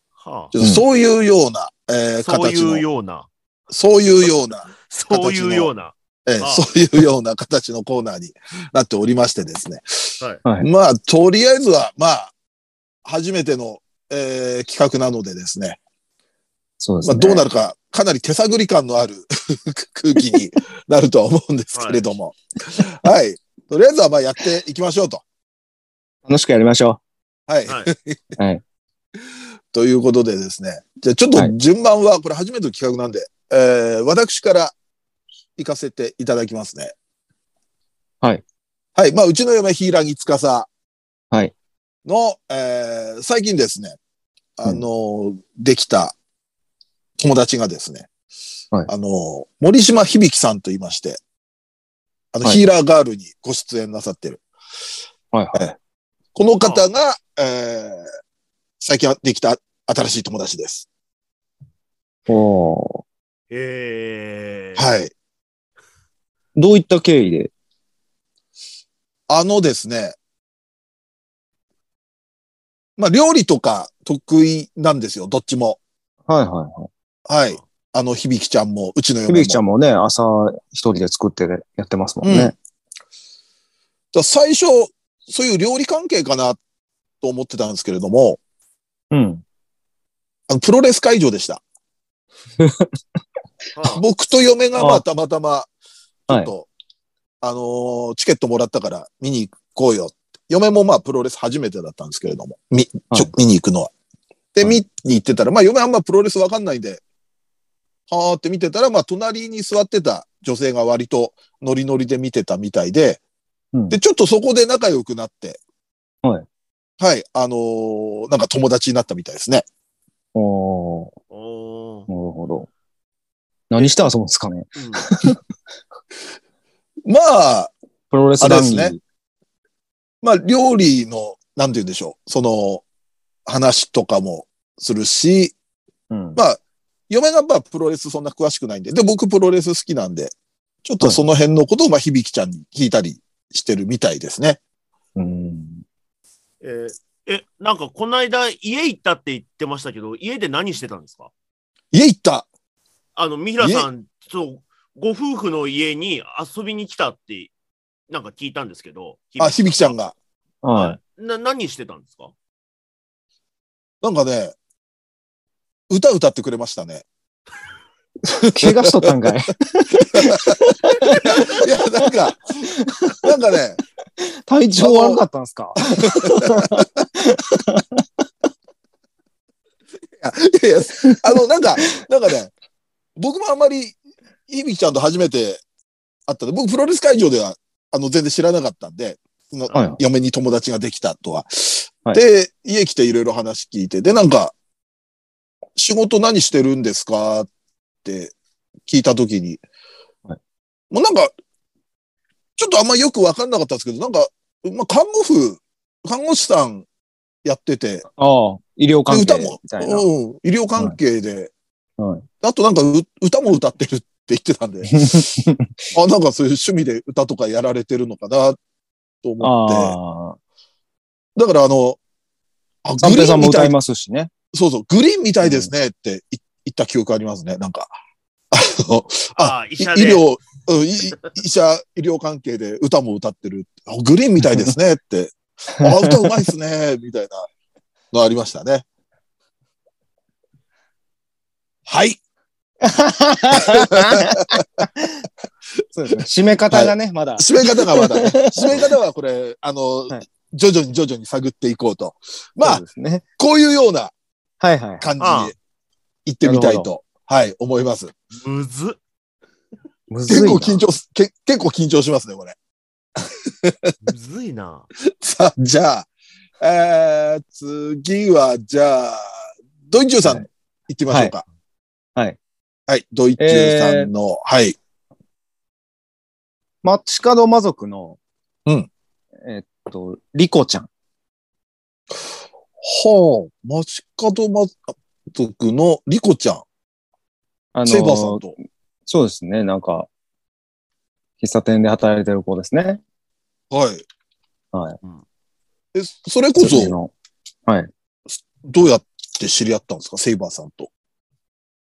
D: は
B: ちょっとそういうような、え
D: あ。
B: ー
D: そう
B: 形
D: いう
B: の、
D: ような。
B: そういうような、
D: そういうような。
B: えー
D: ああ
B: そういうような形のコーナーに なっておりましてですね。
C: はい
B: まあ、とりあえずは、まあ、初めての、えー企画なのでですね、
C: そうです
B: まあ、
C: ね。
B: どうなるか、かなり手探り感のある 空気になるとは思うんですけれども。はい。とりあえずは、まあ、やっていきましょうと。
C: 楽しくやりましょ
B: はい。
D: はい
C: はい
B: ということでですね。じゃあちょっ
C: は
B: と
C: い
B: 順番は、これ初めての企画なんで、えー、私から行かせていただきますね。
C: はい。
B: はい。まあ、うちの嫁、ヒイラギつかさ。
C: はい。
B: の、えー、最近ですね、あのーできた友達がですね、
C: はい
B: あのー森島響さんと言いまして、あの、
C: はい
B: ヒーラーガールにご出演なさってる。
C: う。はいはい。
B: この方が、えー、最近できた新しい友達です。
C: おー
D: えー。
B: はい。
C: どういった経緯で
B: あのですね、まあ、料理とか得意なんですよ、どっちも。
C: はいはいは
B: はい。あの、響ちゃんも、うちの
C: い。
B: 嫁
C: ひ
B: も。
C: びきちゃんもね、朝一人で作ってやってますもんね。
B: だから最初、そういう料理関係かなと思ってたんですけれども、
C: うん。
B: あのプロレス会場でした。
D: はあ
B: 僕と嫁がまあ
C: あ
B: たまたま、ちょっと、あのーチケットもらったから見に行こうよって。嫁もまあプロレス初めてだったんですけれども、み、ちょ、
C: はい
B: 見に行くのは。で、
C: はい
B: 見に行ってたら、まあ嫁あんまプロレスわかんないんで、はーって見てたら、まあ隣に座ってた女性が割とノリノリで見てたみたいで、
C: うん
B: で、ちょっとそこで仲良くなって、
C: はい。
B: はい、あのーなんか友達になったみたいですね。
C: おー
D: おー
C: なるほど。何して遊ぶんですかね
D: うん
B: まあ、
C: プロレス談義。
B: あれですまあ、料理の、なんて言うんでしょう。その、話とかもするし、
C: うん。
B: まあ、嫁がまあ、プロレスそんな詳しくないんで、で、僕プロレス好きなんで、ちょっとその辺のことを、まあ、響ちゃんに聞いたりしてるみたいですね。
C: うん。
D: えーえ、なんかこの間家行ったって言ってましたけど、家で何してたんですか
B: 家行った
D: あの、三平さん、そう、ご夫婦の家に遊びに来たって、なんか聞いたんですけど。
B: あ、響ちゃん
D: が。
B: が。
C: は
D: な、何してたんですか
B: なんかね、歌歌ってくれましたね。
C: い。怪我しとったんか い。
B: いや、なんか、なんかね、
C: 体調悪かったんですか
B: いやいや、あの、なんか、なんかね、僕もあんまり、いびきちゃんと初めて会ったんで、僕、プロレス会場では、あの、全然知らなかったんで、その
C: はい
B: 嫁に友達ができたとは。
C: はい
B: で、家来ていろいろ話聞いて、で、なんか、仕事何してるんですかって聞いたときに、
C: はい
B: もうなんか、ちょっとあんまよくわかんなかったんですけど、なんか、まあ、看護婦、看護師さんやってて、
C: ああ、医療関
B: で
C: 係
B: 歌も、
C: みたいな。
B: うん、医療関係で、
C: はい
B: あとなんかう歌も歌ってるって言って たんで、あ、なんかそういう趣味で歌とかやられてるのかなと思って、
C: ああ。
B: だからあの、あ
C: 三平さんも歌い
B: い。
C: ますしね。
B: そうそう、グリーンみたいですねってい言った記憶ありますね、なんか。あの、
D: ああ、医
B: い
D: 者で。
B: 医療、うんい医者、医療関係で歌も歌ってる。あグリーンみたいですね って。あ、歌うまいっすね、みたいなのありましたね。はい。
C: そうですね。締め方がね、まだ。
B: 締め方がまだ ね。締め方はこれ、あの、
C: はい
B: 徐々に徐々に探っていこうと。まあ
C: そう、ですね。
B: こういうような
C: はいはい。
B: 感じ
D: ああ
B: に行ってみた
C: ないるほ
B: と、はい、思います。
D: むずっ。
C: むず
B: 結
C: い
B: 構
C: な。
B: 緊張す、け結構緊張しますね、これ。
D: むずいな。
B: さあ、じゃあ、えー、次は、じゃあ、ドイッチューさん、、
C: はい
B: きましょうか。
C: はいはい。
B: はい、ドイッチューさんの、はい。
C: 街角魔族の、
B: うん。
C: えっと、リコちゃん。
B: はあ、街角魔族のリコちゃん、
C: あの
B: セイバーさんと。
C: そうですね、なんか、喫茶店で働いてる子ですね。
B: はい。
C: はい。
B: え、それこ
C: 辻
B: そ、
C: の
B: どうやって知り合ったんですか、セイバーさんと。
C: い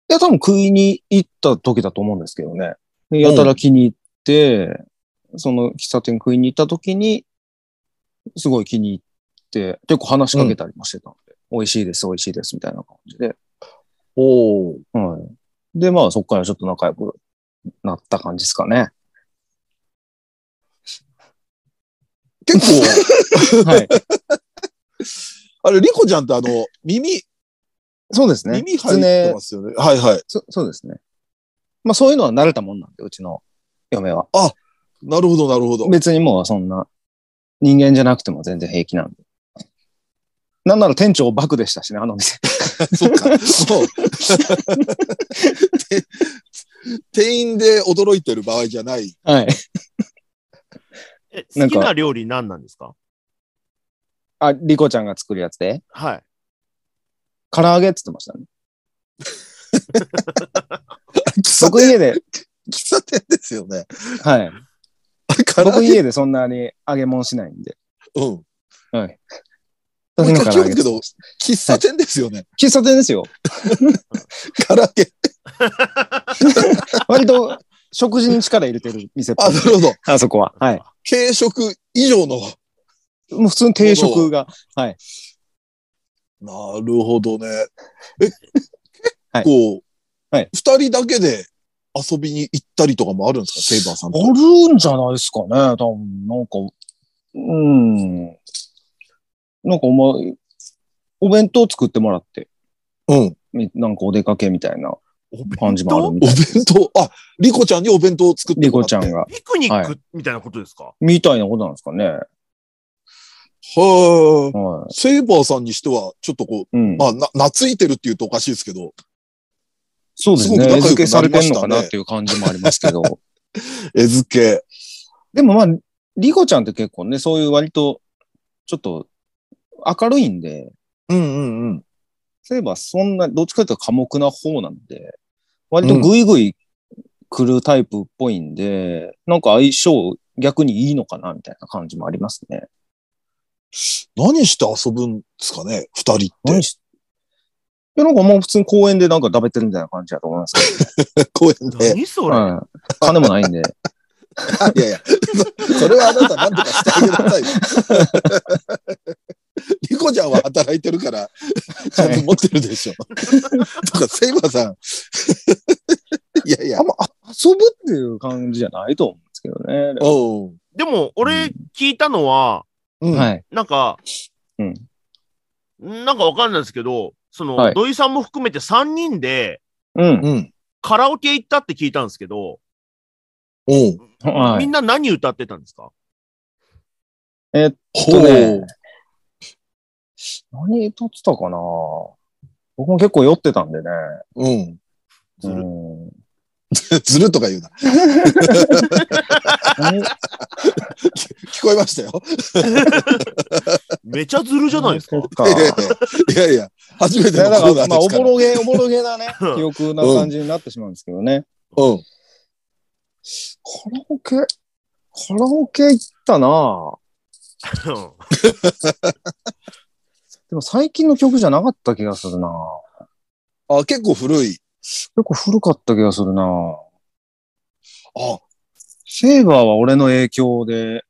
C: や、多分食いに行った時だと思うんですけどね。でやたら気に入って、その喫茶店食いに行った時に、すごい気に入って、結構話しかけたりもしてたんで、美味しいです、美味しいです、みたいな感じで。
B: おお。
C: はい。で、まあそこからちょっと仲良くなった感じです かね。
B: 結構、
C: はい。
B: あれ、リコちゃんってあの、耳、
C: そうですね。
B: 耳入ってますよね。はいはい。
C: そそうですね。まあそういうのは慣れたもんなんで、うちの嫁は。
B: なるほど、なるほど。
C: 別にもうそんな、人間じゃなくても全然平気なんで。なんなら店長バクでしたしね、あの店。
B: そっか。そう。 て店員で驚いてる場合じゃない。
C: はい。
D: え、好
C: なんか
D: きな料理何なんですか
C: あ、リコちゃんが作るやつで。
D: はい。
C: 唐揚げって言ってましたね。
B: 喫茶
C: 僕
B: 店、
C: 家で、
B: 喫茶店ですよね。
C: はい。
B: 唐揚
C: 僕
B: げ。
C: 家でそんなに揚げ物しないんで。
B: うん。
C: はい。
B: もう一回
C: 唐揚げ
B: 気をつけろ喫茶店ですよね。
C: 喫茶店ですよ。
B: 唐揚げ。
C: 割と食事に力入れてる店っぽ
B: あ、
C: い
B: なるほど。
C: あそこは。はい。
B: 軽食以上の。
C: もう普通に定食が。
B: なるほど ね。え、結
C: はい
B: 構、
C: はい
B: 二人だけで遊びに行ったりとかもあるんですかセイバーさんと。
C: あるんじゃないですかね、多分。なんか、うん。なんかお前、お弁当作ってもらって、
B: うん。
C: みなんかお出かけみたいな
D: お
C: 感じもある
D: 弁
C: み
B: お
C: たい。
B: 弁当、あ、リコちゃんにお弁当を作って
C: リ
B: もら
C: コ
B: って。
C: ちゃんが
D: 当。ピクニッ
C: は
D: クみたいなことですか、
C: みたいなことなんですかね。
B: はあ。
C: は
B: セイバーさんにしては、ちょっとこう、
C: い。うん。
B: まあ、な、懐いてるって言うとおかしいですけど、
C: そうです
B: す
C: ね。
B: ごく仲良くなりましたね
C: 餌付けされてんのかなっていう感じもありますけど。
B: 絵付け。
C: でもまあ、リコちゃんって結構ね、そういう割と、ちょっと、明るいんで、
B: うんうんうん。
C: そういえばそんな、どっちかというと寡黙な方なんで、割とグイグイ来るタイプっぽいんで、なんか相性逆にいいのかなみたいな感じもありますね。
B: 何して遊ぶんですかね二人っ
C: 何しいや、なんかもう普通に公園でなんか食べてるみたいな感じだと思いますけ
B: て。公園で。
D: 何そ
C: ど、
D: れ、
C: はい金もないんで。
B: あいやいや、 そそれはあなた何とかしてあげなさいよ。 リコちゃんは働いてるから、 ちゃんと持ってるでしょ。とか、セイバーさん。いやいや
C: あん、まあ遊ぶっていう感じじゃないと思うんですけどね。
B: おう。
D: でも、俺
C: うん
D: 聞いたのは、
B: うん。
C: はい。
D: なんか、
C: うん
D: なんかわかんないですけど、その、
C: はい
D: 土井さんも含めて3人で
C: うん。
B: うん。
D: カラオケ行ったって聞いたんですけど、
B: おう。
C: は
D: み
C: い
D: ん。な何歌ってたんですか
B: ほう。
C: 何歌ってたかな僕も結構酔ってたんでね。
B: うん。
D: ずる
C: うん
B: ずるとか言うな。
C: 何
B: 聞こえましたよ。
D: めちゃずるじゃない ですか。
B: いやい やいやいや、初めて
C: いや
B: の
C: だ
B: コー
C: か
B: ナ
C: ら、
B: ー
C: まあ、
B: で
C: お
B: すか
C: ぼ
B: ら。
C: ろげ、おぼろげな ね、記憶な感じになってしまうんですけどね。
B: うん。
C: カラオケ、カラオケ行ったなぁでも最近の曲じゃなかった気がするな
B: あ、結構古い。
C: 結構古かった気がするな
B: あ、
C: セーバーは俺の影響で、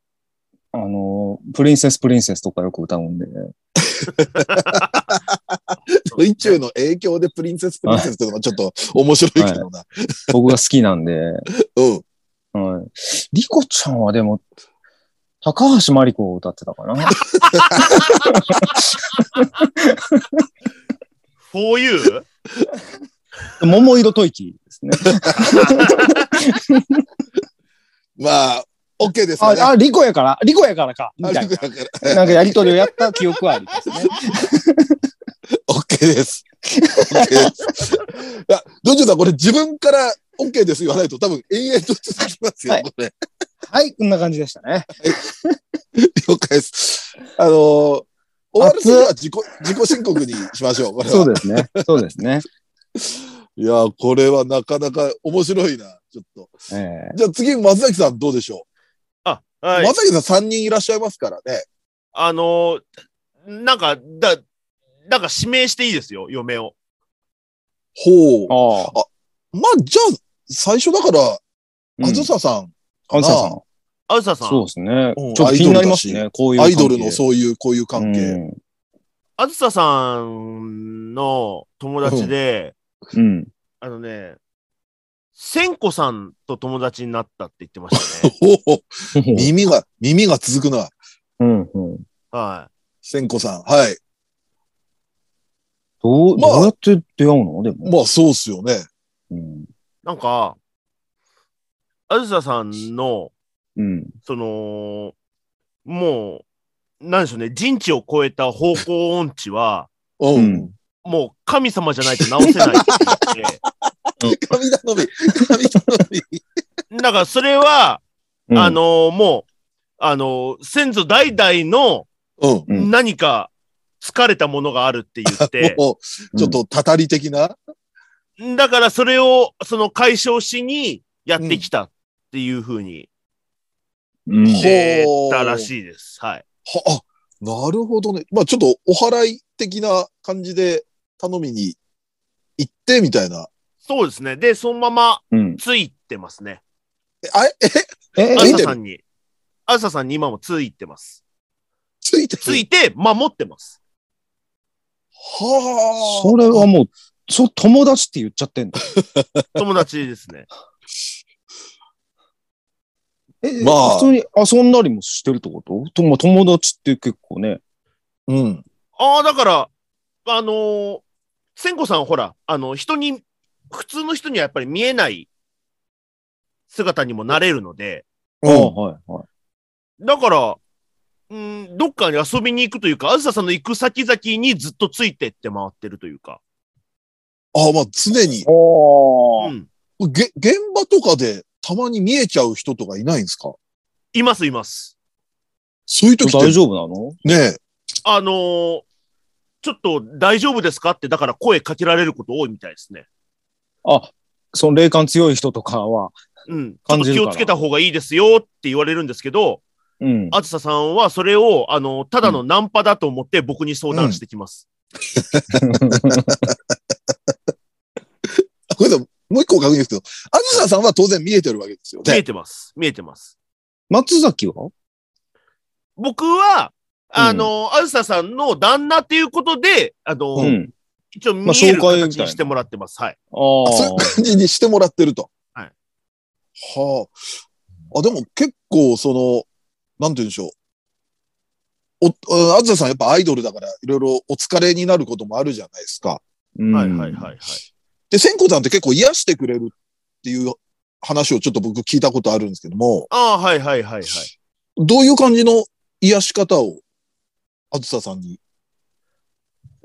C: あの、プリンセスプリンセスとかよく歌うんで、
B: ドイチューの影響でプリンセスプリンセスっていうのがちょっと面白いけどな。
C: 僕が好きなんで、
B: うん。
C: はい。リコちゃんはでも、高橋真理子を歌ってたか な
D: For you?
C: 桃色吐息ですね。
B: まあ、OK ですよね。
C: あ、あ、リコやから、リコやからか、みた
B: だ
C: いな。
B: から
C: なんかやりとりをやった記憶はありますね。
B: OK です。OK です。いや、ドジューさん、これ自分から OK です言わないと多分永遠と続きますよ、
C: はい
B: これ。
C: はい、こんな感じでしたね。
B: 了解です。あのー終わる時は自己、自己申告にしましょう、これは。
C: そうですね。そうですね。
B: いやー、これはなかなか面白いな、ちょっと。
C: え
B: じゃあ次、松崎さんどうでしょ
D: あ、
B: う、
D: はい。
B: 松崎さん3人いらっしゃいますからね。
D: あのーなんか、だ、なんか指名していいですよ、嫁を。
B: ほう
C: え。ああ。
B: まあ、じゃあ、最初だから、あずささん
C: あ
B: か
C: ず
B: な、
C: ささん。
D: あずささ。
C: そうんですね。ち
B: う
C: ょ
B: ん
C: っと気になりますね。こういう
B: ア
C: 関
B: イ
C: 係。
B: ドルのそういう、こういう関係。
C: 係。
D: あずささんの友達で、
C: うん。
D: あのね、千子さんと友達になったって言ってました ね。
B: ほうほう耳が、耳が続くな。
C: うん。うん。
D: は
B: 千子さん。はい。
C: どう、
B: まあ
C: どうやって出会うのでも。
B: まあ、そうっすよね。
C: うん。
D: い。なんか、あずささんの、
C: うん。
D: その、もう、なんでしょうね、人知を超えた方向音痴は、
B: うん。
C: うん
D: もう神様じゃないと直せないって言って、
B: 神頼み。神頼み。
D: だからそれは、
C: うん
D: あ、のーもう、あのー先祖代々の
B: うん。
C: うん
D: 何か疲れたものがあるって言 って、
B: もう、ちょっと、たたり的な。
D: だからそれを、その解消しにやってきたっていうふうに
C: うん。
B: ほう
D: 言ったらしいです。はい。
B: は、あ、なるほどね。まあ、ちょっと、お祓い的な感じで、頼みに行って、みたいな。
D: そうですね。で、そのまま
C: うん。
D: ついてますね。
B: え、あえ、え、
C: え
D: あず
B: つい
D: さ
B: てる
D: さんに。あずささんに今もついてます。
B: ついてる
D: ついて守ってます。
B: はあ。
C: それはもう、そう、友達って言っちゃってんの
D: 友達ですね。
C: え、
B: まあ
C: 普通に遊んだりもしてるってこととまあ友達って結構ね。
B: うん。
D: ああ、だから、あのー、千子さんはほら、あの、人に、普通の人にはやっぱり見えない姿にもなれるので、
B: う
C: あ
B: ん。
C: はいはい。
D: だから、うん、どっかに遊びに行くというか、あずささんの行く先々にずっとついてって回ってるというか、
B: あ、まあ、常に。
D: う
C: おー
D: ん、
B: げ、現場とかで、たまに見えちゃう人とかいないんですか
D: います、います。
B: そういう時って
C: 大丈夫なの
B: ね
D: あのーちょっと大丈夫ですかって、だから声かけられること多いみたいですね。
C: あ、その霊感強い人とかは。
D: うん。ちょっ
C: 感
D: と
C: じる
D: 気
C: から
D: をつけた方がいいですよって言われるんですけど、
C: うん。
D: あずささんはそれを、あの、ただのナンパだと思って僕に相談してきます。
B: え。これでも、もう一個確認ですけど、あずささんは当然見えてるわけですよ
D: 見え
B: ね。
D: てます。見えてます。
C: 松崎は
D: 僕は、あの、あずささんの旦那っていうことで、あの、
C: ん。
D: 一応見
C: まあ
D: える
C: 紹介
D: 形
C: みたい
D: に
C: な
D: してもらってます。はい。
B: あ。
C: ああ
B: そういう感じにしてもらってると。
D: はい。
B: はあ。あ、でも結構、その、なんて言うんでしょう。お、あずささんやっぱアイドルだから、いろいろお疲れになることもあるじゃないですか。
C: うん
D: はいはいはいはい。
B: で、千子さんって結構癒してくれるっていう話をちょっと僕聞いたことあるんですけども、
D: ああ、はいはいはいはい。
B: どういう感じの癒し方を、あずささんに。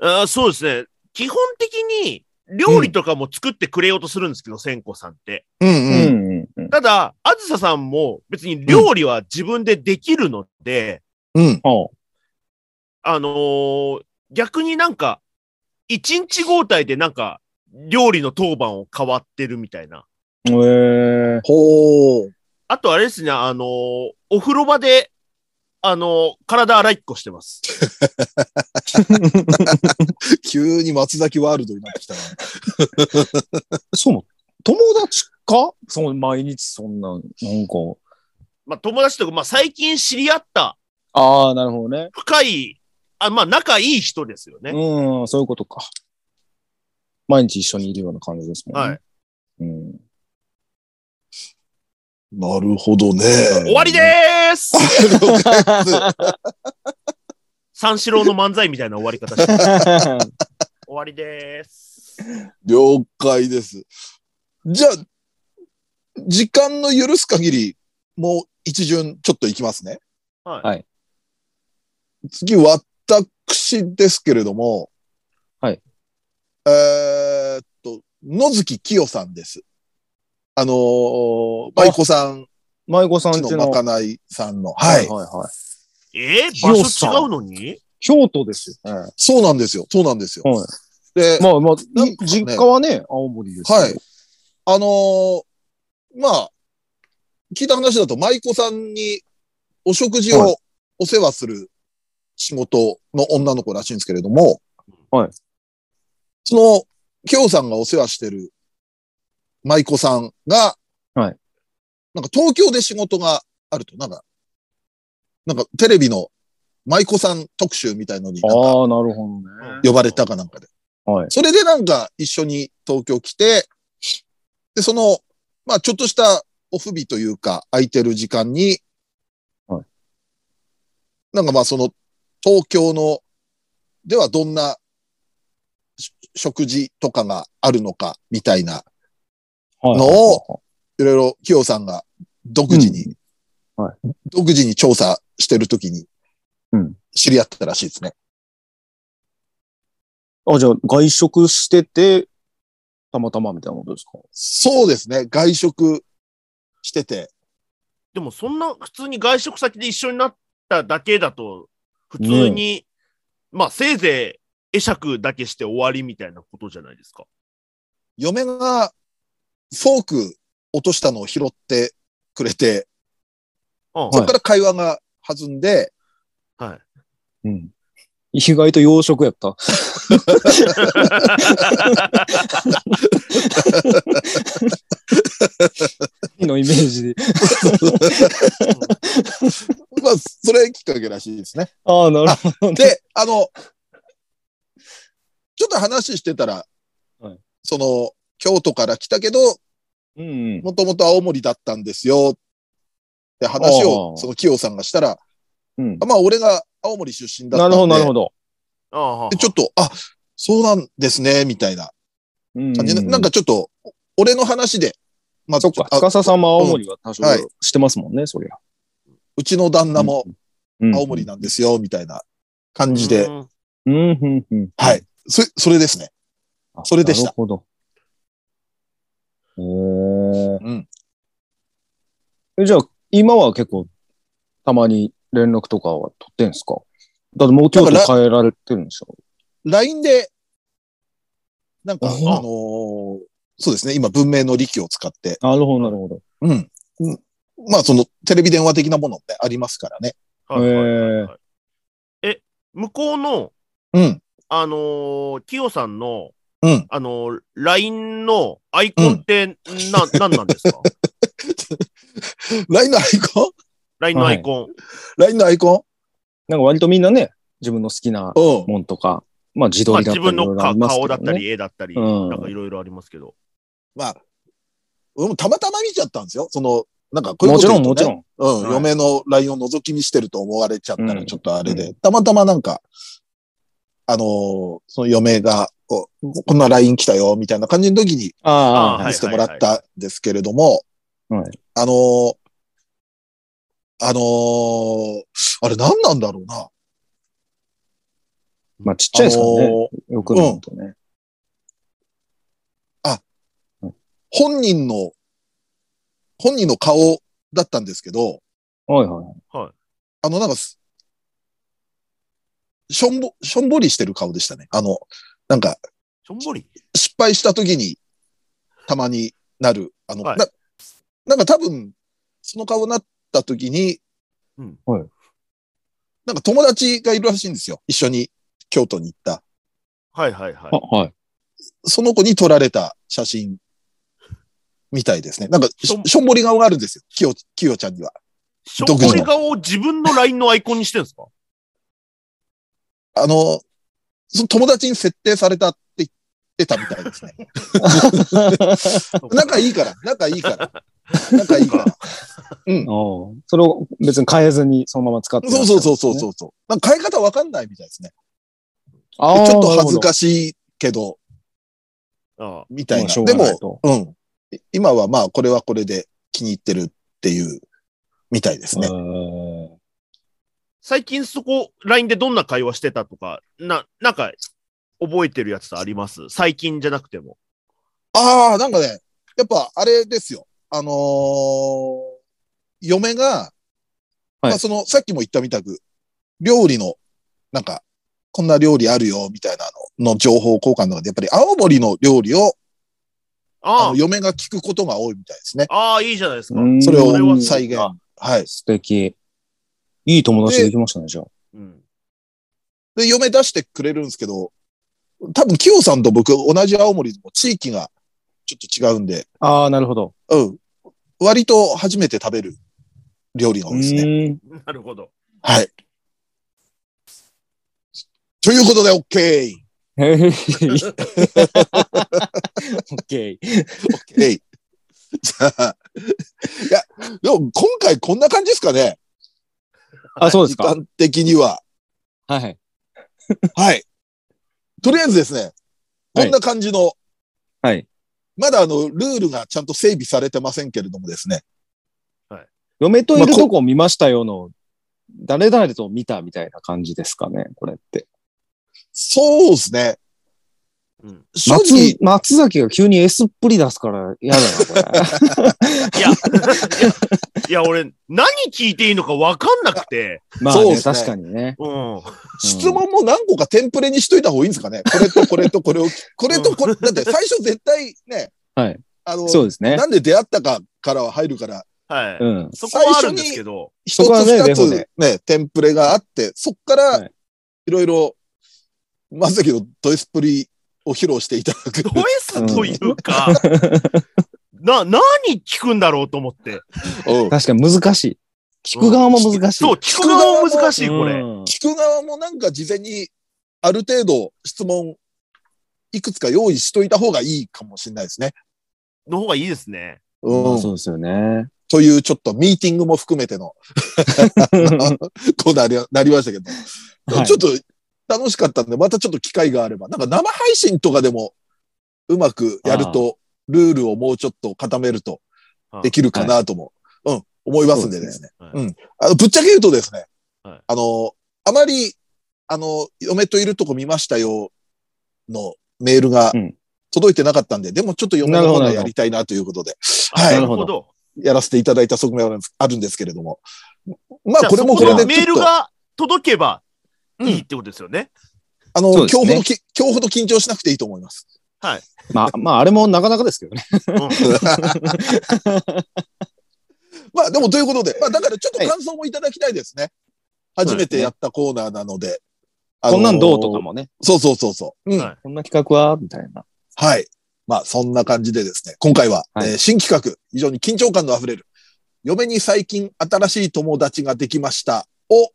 D: あーそうですね。基本的に料理とかも作ってくれようとするんですけど、千子さんって。
B: うん
C: う
B: うん。
C: ん。うん。
D: ただ、あずささんも別に料理は自分でできるので、
B: うん。
C: ああ。
D: あのー逆になんか、一日交代でなんか、料理の当番を変わってるみたいな。
C: ええ。
B: ほう。
D: あとあれですね、あのーお風呂場であの、体洗いっこしてます。
B: 急に松崎ワールドになってきたな。
C: そう、友達かその毎日そんな、なんか。
D: まあ、友達とか、まあ、最近知り合った
C: ああ、なるほどね。
D: 深い、あまあ、仲いい人ですよね。
C: うん、そういうことか。毎日一緒にいるような感じですもんね。
D: はい。
C: うん、
B: なるほどね。
D: 終わりでーす三四郎の漫才みたいな終わり方 してる終わりでーす。
B: 了解です。じゃあ、時間の許す限り、もう一巡ちょっといきますね。
D: はい。
C: はい
B: 次、私ですけれども。
C: はい。
B: えーっと、野月清さんです。あのー、舞妓さん
C: 舞妓さん
B: ち
C: ち
B: の
C: の。
B: まかないさんの。はい。
C: はいはい。
D: えー、場
C: よう
D: 所
C: さん
D: 違うのに
C: 京都ですよ。はい。
B: そうなんですよ。そうなんですよ。で、
C: まあまあ、
B: なんかね
C: 実家はね、青森ですけど。
B: はい。あのーまあ、聞いた話だと、舞妓さんにお食事
C: は
B: をお世話する仕事の女の子らしいんですけれども、
C: はい。
B: その、京さんがお世話してる舞妓さんが、
C: はい。
B: なんか東京で仕事があると、なんか、なんかテレビの舞妓さん特集みたいのになんか
C: ああ、なるほどね。
B: 呼ばれたかなんかで。
C: はい
B: それでなんか一緒に東京来て、で、その、まあちょっとしたオフ日というか、空いてる時間に、
C: はい
B: なんかまあその、東京の、ではどんなし食事とかがあるのか、みたいな、
C: はい。
B: のをいろいろ清さんが独自に、
C: うんは
B: 独自に調査してるときに
C: うん、
B: 知り合ったらしいですね。
C: あ、じゃあ、外食してて、たまたまみたいなことですか
B: そうですね。外食してて、
D: でもそんな普通に外食先で一緒になっただけだと、普通に、まあせいぜい会釈だけして終わりみたいなことじゃないですか。
B: 嫁がフォーク落としたのを拾ってくれて、
D: うん。
B: そこから会話が弾ん で、
D: はい。
C: うん。意外と洋食やった。 のイメージで。
B: まあ、それきっかけらしいですね。
C: ああ、なるほど。
B: で、あの、ちょっと話してたら、
C: はい
B: その、京都から来たけど、
C: うん。
B: もともと青森だったんですよ、って話
C: あ
B: を、
C: あ
B: その清さんがしたら、
C: うん
B: あまあ、俺が青森出身だった
C: なんる
B: で、
C: ほど、なるほど。
D: ああはあ
B: でちょっと、あ、そうなんですね、みたいな
C: うん
B: 感じで、なんか、ちょっと、俺の話で、まあ、
C: そっか。
B: あ
C: 司さんも青森は多少
B: はい
C: してますもんね、そりゃ。
B: うちの旦那も
C: うん
B: 青森。なんですよ、みたいな感じで、
D: うん
C: うん、うん、うん。
B: はい。そ、それですね。
C: あ
B: それでした
C: なるほど。へー
B: うん
C: え。じゃあ、今は結構、たまに連絡とかは取ってんすかだってもう京都
B: だか
C: 変えられてるんでしょ
B: LINE で、なんか、あ
C: あ
B: のーそうですね、今、文明の利器を使って、
C: なるほど、なるほど。
B: うん。うんまあ、その、テレビ電話的なものってありますからね。
D: はいはいはい
C: へ
D: はいえ、向こうの、
B: うん。
D: あのー、キヨさんの、
B: うん。
D: あのー、LINE のアイコンって、な、なんなんです か
B: LINE のアイコン
D: ?LINE のアイコン。
B: ?LINE のアイコ
C: なんか割とみんなね、自分の好きな
B: ンうん。
C: もんとか、まあ自撮
D: まあ
C: りだっ
D: 自
C: たりい
D: 分
C: ろ
D: の
C: いろあ
D: か
C: りますけ
D: 顔だ
C: どね、
D: ったり、絵だったり、
C: うん
D: なんかいろいろありますけど。
B: まあ、俺もたまたま見ちゃったんですよ。その、なんかこういう
C: も
B: こ
C: ち
B: と
C: ろ
B: 言
C: ん、
B: うとね、
C: もちろん。
B: うん、
D: はい
B: 嫁の LINE を覗き見してると思われちゃった
C: う
B: ら
C: ん
B: ちょっとあれで、たまたまなんか、あのーその嫁が、ここんな LINE 来たよ、みたいな感じの時に
C: あ
D: あー
C: あ、は
B: 見
C: い
D: い。
B: せてもらったんですけれども、
C: はい
B: あのーあのーあれ何なんだろうな。
C: まあちっちゃいですから
B: あの
C: ね。
B: ー
C: よく見るとね。
B: 本人の、本人の顔だったんですけど、
C: はいはい。
B: あの、なんかす、しょんぼ、しょんぼりしてる顔でしたね。あの、なんか、
D: しょんぼり。
B: 失敗した時に、たまになる。あの、
D: はい
B: な、なんか多分、その顔になった時に、
D: うん
C: はい
B: なんか友達がいるらしいんですよ。一緒に京都に行った。
D: はいはいはい
C: あ、。 はい。
B: その子に撮られた写真みたいですね。なんかし、
D: しょん
B: しょんぼり顔があるんですよ。きよ、きよちゃんには。
D: しょんぼり顔を自分の LINE のアイコンにしてるんで すか
B: あの、その友達に設定されたって言ってたみたいで すね。仲いいから、仲いいから。仲いいから。
C: おそれを別に変えずにそのまま使って
B: そうそうそうそう
C: う。
B: そうそう。なんか変え方わかんないみたいですね。
C: あ
B: で
C: ー
B: ちょっと恥ずかしいけど、
D: あ
B: みたい
C: まあ
B: な。
C: しょう
B: で
C: がない
B: も、
C: と
B: うん。い今はまあ、これはこれで気に入ってるっていう、みたいですね。
C: えー
D: 最近そこ、LINE でどんな会話してたとか、な、なんか、覚えてるやつあります最近じゃなくても。
B: ああ、なんかね、やっぱあれですよ。あのー嫁が、まあその、さっきも言ったみたく、料理の、なんか、こんな料理あるよ、みたいなのの情報交換の中で、やっぱり青森の料理を、あ
D: あ
B: の嫁が聞くことが多いみたいですね。
D: あ、ああ、いいじゃないですか。
C: う
D: うん
C: ん
B: それ
D: それ
B: を
D: は
B: 再現。
C: あ
B: はい。
C: 素敵。いい友達できましたね、じゃあ。
B: で、嫁出してくれるんですけど、多分、清さんと僕、同じ青森の地域がちょっと違うんで、
C: ああ、なるほど。
B: うん。割と初めて食べる料理が多いですね。
C: ね。
D: なるほど。
B: はい。ということで、OK!
C: へへへオ ッケー。
B: えい。 じゃあ、いや、でも今回こんな感じですかね
C: あ、そうで
B: 時
C: すか。
B: 間的には。
C: はい。
B: はい。とりあえずですね、こんな感じの、
C: はい。
B: まだあの、ルールがちゃんと整備されてませんけれどもですね。
C: 嫁といるとこ見ましたよの、誰々と見たみたいな感じですかね、これって。
B: そうですね。
D: うん
B: 正直
C: 松、松崎が急に S っぷり出すから嫌だ な、こ
D: いや、いや、いや俺、何聞いていいのか分かんなくて。
C: れ。まあ、
B: そう
C: ね
B: ですね
C: 確かにね。
D: うん。
B: 質問も何個かテンプレにしといた方がいいんですかねこれとこれと これを、これとこれ、だって最初絶対ね、
C: はい。
B: あの、
C: そうですね。
B: なんで出会ったかからは入るから、
D: はい。
C: うん。
D: そこはあるんですけど。
B: 一
C: そこは
B: つ
C: ね
B: 二
C: レ
B: つ
C: ゴ
B: ね
C: で
B: テンプレがあって、そっから、
C: はい
B: いろいろ、まさきのドイスプリを披露していただく。
D: ド S というか、な、何聞くんだろうと思って。
B: うん
C: 確かに難しい。聞く側も難しい。
D: そう、聞く側も難しい、これ。
C: うん
B: 聞く側もなんか事前に、ある程度質問、いくつか用意しといた方がいいかもしれないですね。
D: の方がいいですね。
B: うん。
C: そうですよ ね。
B: というちょっとミーティングも含めての、こうなりなりましたけど、
C: はい
B: ちょっと楽しかったんで、またちょっと機会があれば、なんか生配信とかでもうまくやると、ルールをもうちょっと固めると
D: はい
B: できるかなとも、うん、思いますんでですね。
D: はい
B: うん。あの、ぶっちゃけ言うとですね、
D: はい
B: あの、あまり、あの、嫁といるとこ見ましたよのメールが
C: うん
B: 届いてなかったんで、でもちょっと嫁の方がやりたいなということで、はい
D: なるほど。
B: やらせていただいた側面はあるんですあるんですけれども。まあ、
D: じゃあ
B: これもこれ
D: そ
B: で
D: のメ
B: ち
D: ー
B: ょっ
D: ル
B: と、あ
D: が届けばいいってことですよね。
B: の、
C: そ
B: 今
C: うで
B: 日
C: すね
B: ほどき、今日ほど緊張しなくていいと思い ます。
C: まあ、まあ、あれもなかなかですけどね。
B: まあ、でもということで、まあ、だからちょっと感想もいただきたいですね。
D: い
B: 初めてやったコーナーなので。あの
C: こんなんどうとか。もね。
B: そうそうそうそう。うん。
D: はい
C: こんな企画はみたいな。
B: はい。まあ、そんな感じでですね、今回は、
C: はい
B: えー新企画、非常に緊張感のあふれる、嫁に最近新しい友達ができましたを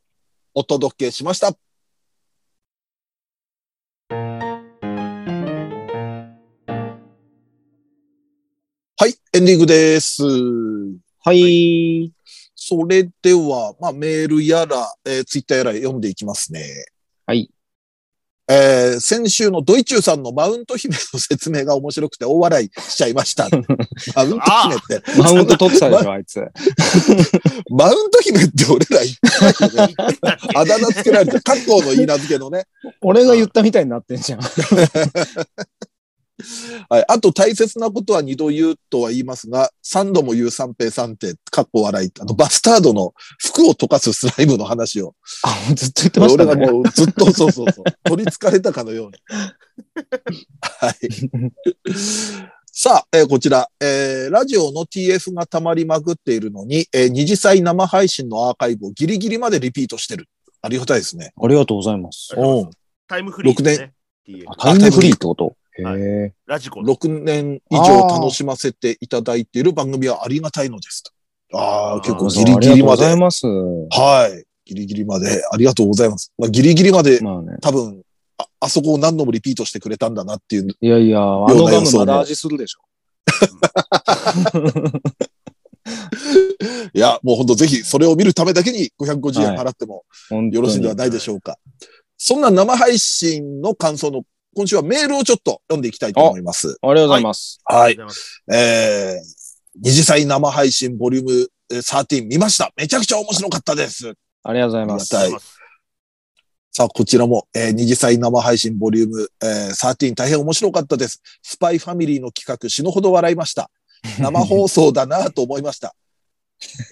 B: お届けしました。はい、エンディングです。
C: はい。
B: それでは、まあ、メールやら、えーツイッターやら読んでいきますね。
C: はい。
B: えー先週のドイチューさんのマウント姫の説明が面白くて大笑いしちゃいま した。マウント姫って、
C: マウント取ってた でしょ、あいつ。
B: マウント姫って俺ら言ってないよね。あだ名つけられた。カッコーの言い名付けのね。
C: 俺が言ったみたいになってんじゃん。
B: はい。あと大切なことは二度言うとは言いますが、三度も言う三平三って、カッコ笑い。あとバスタードの服を溶かすスライムの話を。
C: あ、もうずっと言ってました
B: 俺
C: ね
B: が。もうずっとそうそうそう。取り憑かれたかのように。はい。さあ、えーこちら、えーラジオの TF が溜まりまくっているのに、えー二次祭生配信のアーカイブをギリギリまでリピートしてる。ありがたいですね。
C: ありがとうございます。
B: うん。
D: タイムフリーですね。TL
C: あタイムフリーってことへ
D: はい
C: え。
D: ラジコの。
B: 6年以上楽しませていただいている番組はありがたいのですと。ああ、結構
D: う
B: ギリギリま
C: あ
B: で
C: り。がとうござい
B: はい。ギリギリまで。ありがとうございます。まあ、ギリギリまで
C: ます。まあね。
B: 多分あ、あそこを何度もリピートしてくれたんだなっていう。
C: いやいや、あ
B: よ
C: の
B: うな
C: ガ
B: 予
C: ム
B: 想も
C: まだ味する でしょ。
B: いや、もう本当ぜひそれを見るためだけに550円
C: はい
B: 払っても
C: 本当に
B: よろしいんではないでしょうか。そんな生配信の感想の今週はメールをちょっと読んでいきたいと思います。
C: ありがとうございます。
B: は
D: あり
B: い。
D: がとうございます
B: えー、二次祭生配信ボリュームえー13見ました。めちゃくちゃ面白かったです。
C: ありがとうございま
B: あ
C: す。
B: りがたい。さあ、こちらも、えー二次祭生配信ボリューム、えー13大変面白かったです。スパイファミリーの企画死ぬほど笑いました。生放送だなぁと思いま した。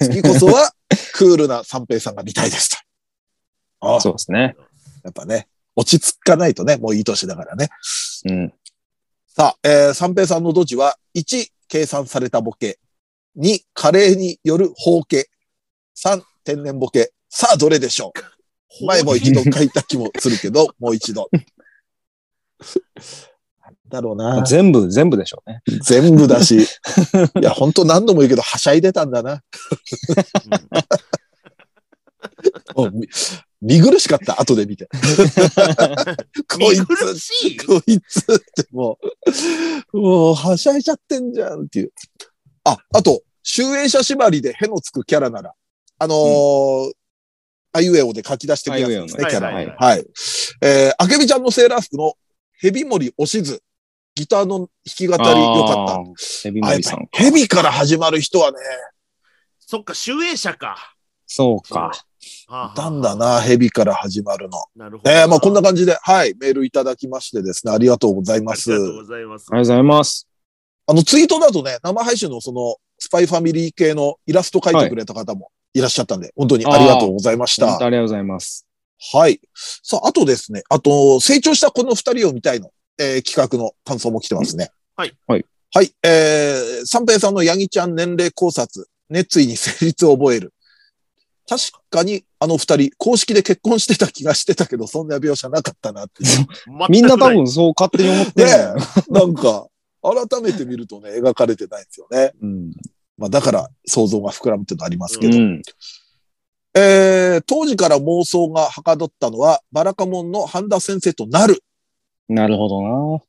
B: 次こそは、クールな三平さんが見たいですと。ああ、
C: そうですね。
B: やっぱね、落ち着かないとね、もういい年だからね。
C: うん。
B: さあ、えー三平さんのドジは、1、計算されたボケ。2、カレーによる包茎。3、天然ボケ。さあ、どれでしょう前も一度書いた気もするけど、もう一度。なんだろうな。
C: 全部、全部でしょうね。
B: 全部だし。いや、本当何度も言うけど、はしゃいでたんだな。
D: うん
B: もうみ見苦しかった、後で見て。こい
D: 見苦
B: つ、
D: しい
B: こいつってもう、もうはしゃいちゃってんじゃんっていう。あ、あと、集英者縛りでへのつくキャラなら、あのーあいうえおで書き出してくるやつですね、
D: あい
B: キ
D: うえお
B: ャ
D: の
B: ラ。は
D: はいい。
B: えーあけびちゃんのセーラー服のヘビ森おしず、ギターの弾き語りよかった。
C: った。ヘビ
B: あ
C: マ
B: やっ
C: リさ
B: ぱ
C: ん。
B: ヘビから始まる人はね、
D: そっか、集英社か。
C: そうか。
D: はあはあ
B: いたんだな、ヘビから始まるの。
D: なるほど。
B: えーまあこんな感じで、はい、メールいただきましてですね、ありがとうございま
D: あ
B: す
D: り。がとうございます
C: あ。りがとうございます。
B: あの、ツイートだとね、生配信のその、スパイファミリー系のイラスト描いてくれた方もいらっしゃったんで、本当にありがとうございまし
C: 本
B: た
C: 当。ありがとうございます。
B: はい。さあ、あとですね、あと、成長したこの二人を見たいの、えー企画の感想も来てますね。
D: はい。
C: はい。
B: はい。えー、三平さんのヤギちゃん年齢考察、熱意に成立を覚える。確かに、あの二人、公式で結婚してた気がしてたけど、そんな描写なかったなっていう。
C: みんな多
D: 全くい。
C: 分そう勝手に思って
B: ね
C: るんだよね。
B: え、なんか、改めて見るとね、描かれてないんですよね。
C: うん。
B: まあ、だから想像が膨らむっていうのありますけ
C: う
B: ど、
C: ん。
B: えー、当時から妄想がはかどったのは、バラカモンの半田先生となる
C: なるほどな。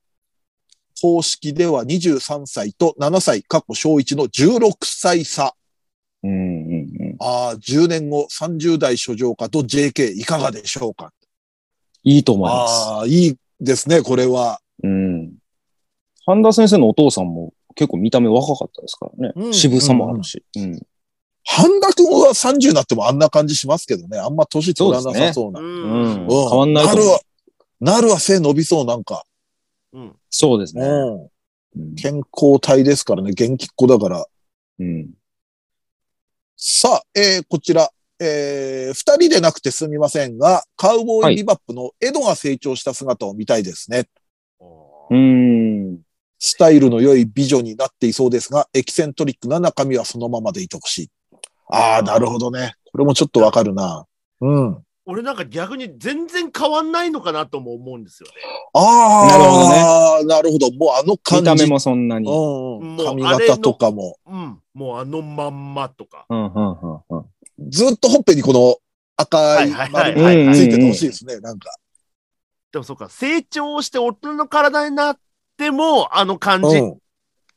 B: 公式では23歳と7歳、過去小1の16歳差。
C: うんうんうん。
B: ああ、10年後30代諸女家と JK いかがでしょうか。
C: いいと思います。
B: ああ、いいですね、これは。
C: うん。半田先生のお父さんも結構見た目若かったですからね。
B: うん
C: 渋さもあるし。うん。
B: 半田くんは30になってもあんな感じしますけどね、あんま年取らなさそうな。
D: う
C: う
D: ん。
C: んね変わんないと
B: な
C: 思う
B: るは、なるは背伸びそう、なんか。
D: うん。
C: そうですね。
B: うん。
C: うん
B: 健康体ですからね、元気っ子だから。
C: うん。
B: さあ、えーこちら、えー二人でなくてすみませんが、カウボーイビバップのエドが成長した姿を見たいですね。
C: うん。
B: スタイルの良い美女になっていそうですが、エキセントリックな中身はそのままでいてほしい。ああ、なるほどね。これもちょっとわかるな。うん。
D: 俺なんか逆に全然変わんないのかなとも思うんですよね。
B: ああ、なるほどね。なるほど。もうあの感
C: 見
B: じ。
C: た目もそんなに。
B: うんうん。髪
D: もうあれの
B: 型とかも。
D: うん。もうあのまんまとか。
C: うん、うん、うん、うん。
B: ずっとほっぺにこの赤い
D: はいはい
B: 丸
D: はいはい
B: がついててほしいですね。なんか。
D: でもそうか、成長して大人の体になっても、あの感
B: うん。う
D: じ
B: ん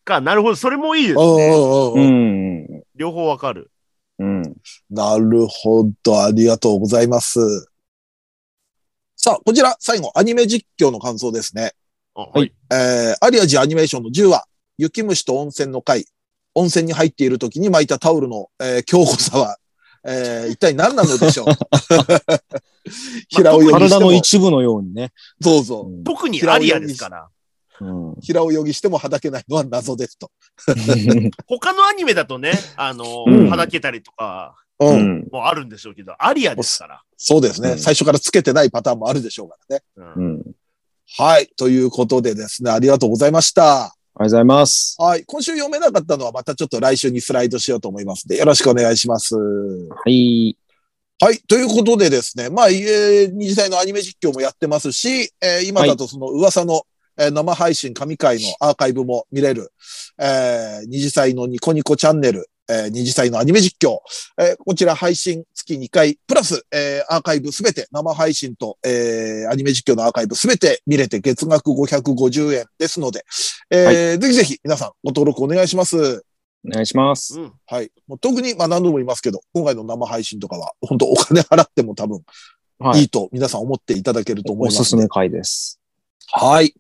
D: か。なるほど、それもいいです
B: う
D: ね。
B: んうん
C: う
B: うん。
C: ん。
D: 両方わかる。
C: うん。
B: なるほど。ありがとうございます。さあ、こちら、最後、アニメ実況の感想ですね。
D: あ
C: い
D: はい。
B: えー、アリアジアニメーションの10話、雪虫と温泉の会、温泉に入っている時に巻いたタオルの、えー強固さは、えー一体何なの でしょう平泳ぎしても、
C: 体の一部のようにね。
B: そうそう。
C: うん
D: 特にアリアですから。
C: うん。
B: 平泳ぎしてもはだけないのは謎ですと。
D: 他のアニメだとね、あの
C: うん
D: ー、はだけたりとか
B: う。
C: うんん。
D: もあるんでしょうけど、アリアですから。
B: そうですね、
C: うん
B: 最初からつけてないパターンもあるでしょうからね。
D: うん
C: うん。
B: はい。ということでですね、ありがとうございました。
C: ありがとうございます。
B: はい。今週読めなかったのはまたちょっと来週にスライドしようと思いますので、よろしくお願いします。
C: はい。
B: はい。ということでですね、まあ、えー二次祭のアニメ実況もやってますし、えー今だとその噂の、えー生配信神回のアーカイブも見れる、えー二次祭のニコニコチャンネル、えー二次祭のアニメ実況、えーこちら配信月2回、プラス、えーアーカイブすべて、生配信と、えーアニメ実況のアーカイブすべて見れて月額550円ですので、えーぜひぜひ皆さんご登録お願いします。
C: お願いします。
D: うん。
B: はい。もう特に、まあ何度も言いますけど、今回の生配信とかは、本当お金払っても多分、
C: はいい。
B: いと皆さん思っていただけると思
C: お
B: いますす
C: す
B: ので。
C: め回です。
B: はい。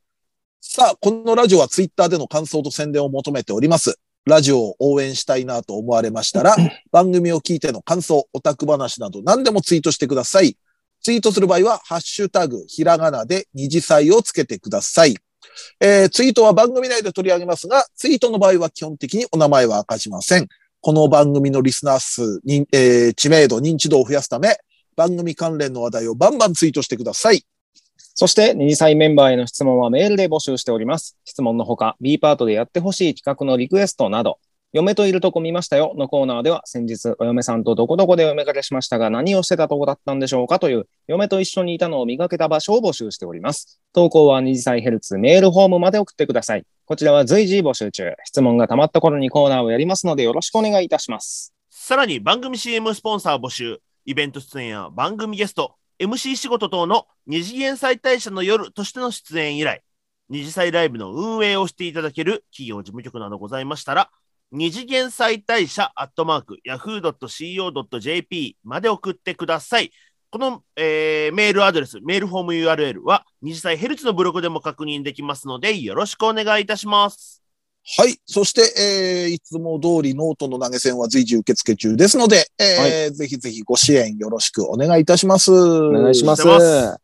B: さあ、このラジオはツイッターでの感想と宣伝を求めております。ラジオを応援したいなと思われましたら、番組を聞いての感想、オタク話など何でもツイートしてください。ツイートする場合は、ハッシュタグ、ひらがなで二次祭をつけてください。えーツイートは番組内で取り上げますが、ツイートの場合は基本的にお名前は明かしません。この番組のリスナー数、にえー知名度、認知度を増やすため、番組関連の話題をバンバンツイートしてください。
C: そして、二次祭メンバーへの質問はメールで募集しております。質問のほか、B パートでやってほしい企画のリクエストなど、嫁といるとこ見ましたよのコーナーでは、先日、お嫁さんとどこどこでお嫁かけしましたが、何をしてたとこだったんでしょうかという、嫁と一緒にいたのを見かけた場所を募集しております。投稿は二次祭ヘルツメールフォームまで送ってください。こちらは随時募集中。質問が溜まった頃にコーナーをやりますので、よろしくお願いいたします。
D: さらに番組 CM スポンサー募集、イベント出演や番組ゲスト、MC 仕事等の二次元再大社の夜としての出演以来、二次祭ライブの運営をしていただける企業事務局などございましたら、二次元再大社アットマーク yahoo.co.jp まで送ってください。この、えーメールアドレス、メールフォーム URL は二次祭ヘルツのブログでも確認できますので、よろしくお願いいたします。
B: はい。そして、えー、いつも通りノートの投げ銭は随時受付中ですので、えーぜひぜひご支援よろしくお願いいたします。お
C: お願いします。
D: お願いし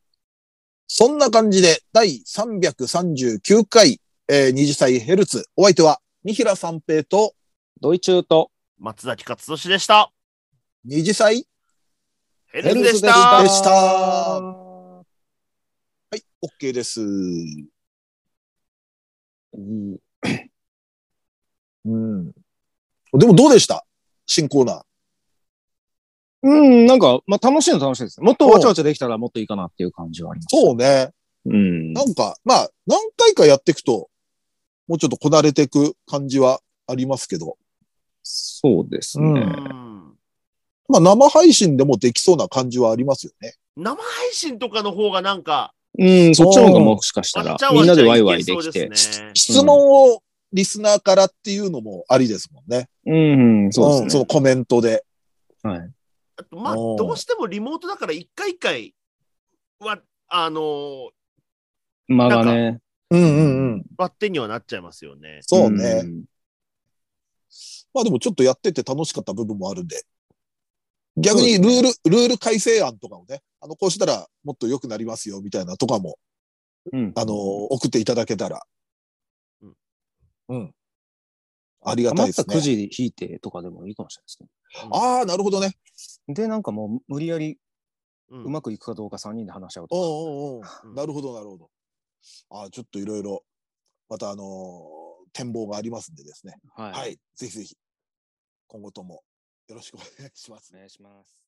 B: そんな感じで、第339回、えー、二次祭ヘルツ。お相手は、三平三平と
C: ドイチューと
D: 松崎勝利でした。
B: 二次祭
D: ヘル
C: ヘ
D: ツ
C: ル
D: で
C: ツ
D: し
C: で
D: た。
B: でした
C: した
B: はい、OK です。
C: いい
B: うん。でもどうでした新コーナー。
C: うん、なんか、まあ、楽しいのは楽しいです。もっとわちゃわちゃできたらもっといいかなっていう感じはあります。
B: そうね。
C: うん。
B: なんか、まあ、何回かやっていくと、もうちょっとこなれていく感じはありますけど。
C: そうですね。
B: うん
D: うん
B: まあ、生配信でもできそうな感じはありますよね。
D: 生配信とかの方がなんか、
C: うん、そっちの方がもしかしたら、みんなでワイワイできて。
B: 質問をリスナーからっていうのもありですもんね。
C: うん、そううん
B: そ
C: です
B: の
C: ね。
B: コメントで。
C: はい。
D: あとまあ、
B: おー
D: どうしてもリモートだから、一回一回は、あのー
C: 間がね。
B: うんん。
D: 割ってにはなっちゃいますよね。
B: そうね。
C: ん。
B: まあでもちょっとやってて楽しかった部分もあるんで。逆にルール、ルール改正案とかをね、あの、こうしたらもっと良くなりますよみたいなとかも、
C: うん。
B: あのー送っていただけたら
D: うん。
B: うん。ありがたい
C: 余
B: で
C: っ
B: す
C: た
B: ね
C: く。じ引いてとかでもいいかもしれないですね。
B: ああ、なるほどね。
C: で、なんかもう無理やり
D: うん
C: うまくいくかどうか3人で話し合うと
B: お
C: か。
B: うおうお
D: う
B: うんなるほど、なるほど。ああ、ちょっといろいろ、またあのー展望がありますんでですね。
C: は。
B: はいい、ぜひぜひ、今後ともよろしくお願いします。
C: お願いします。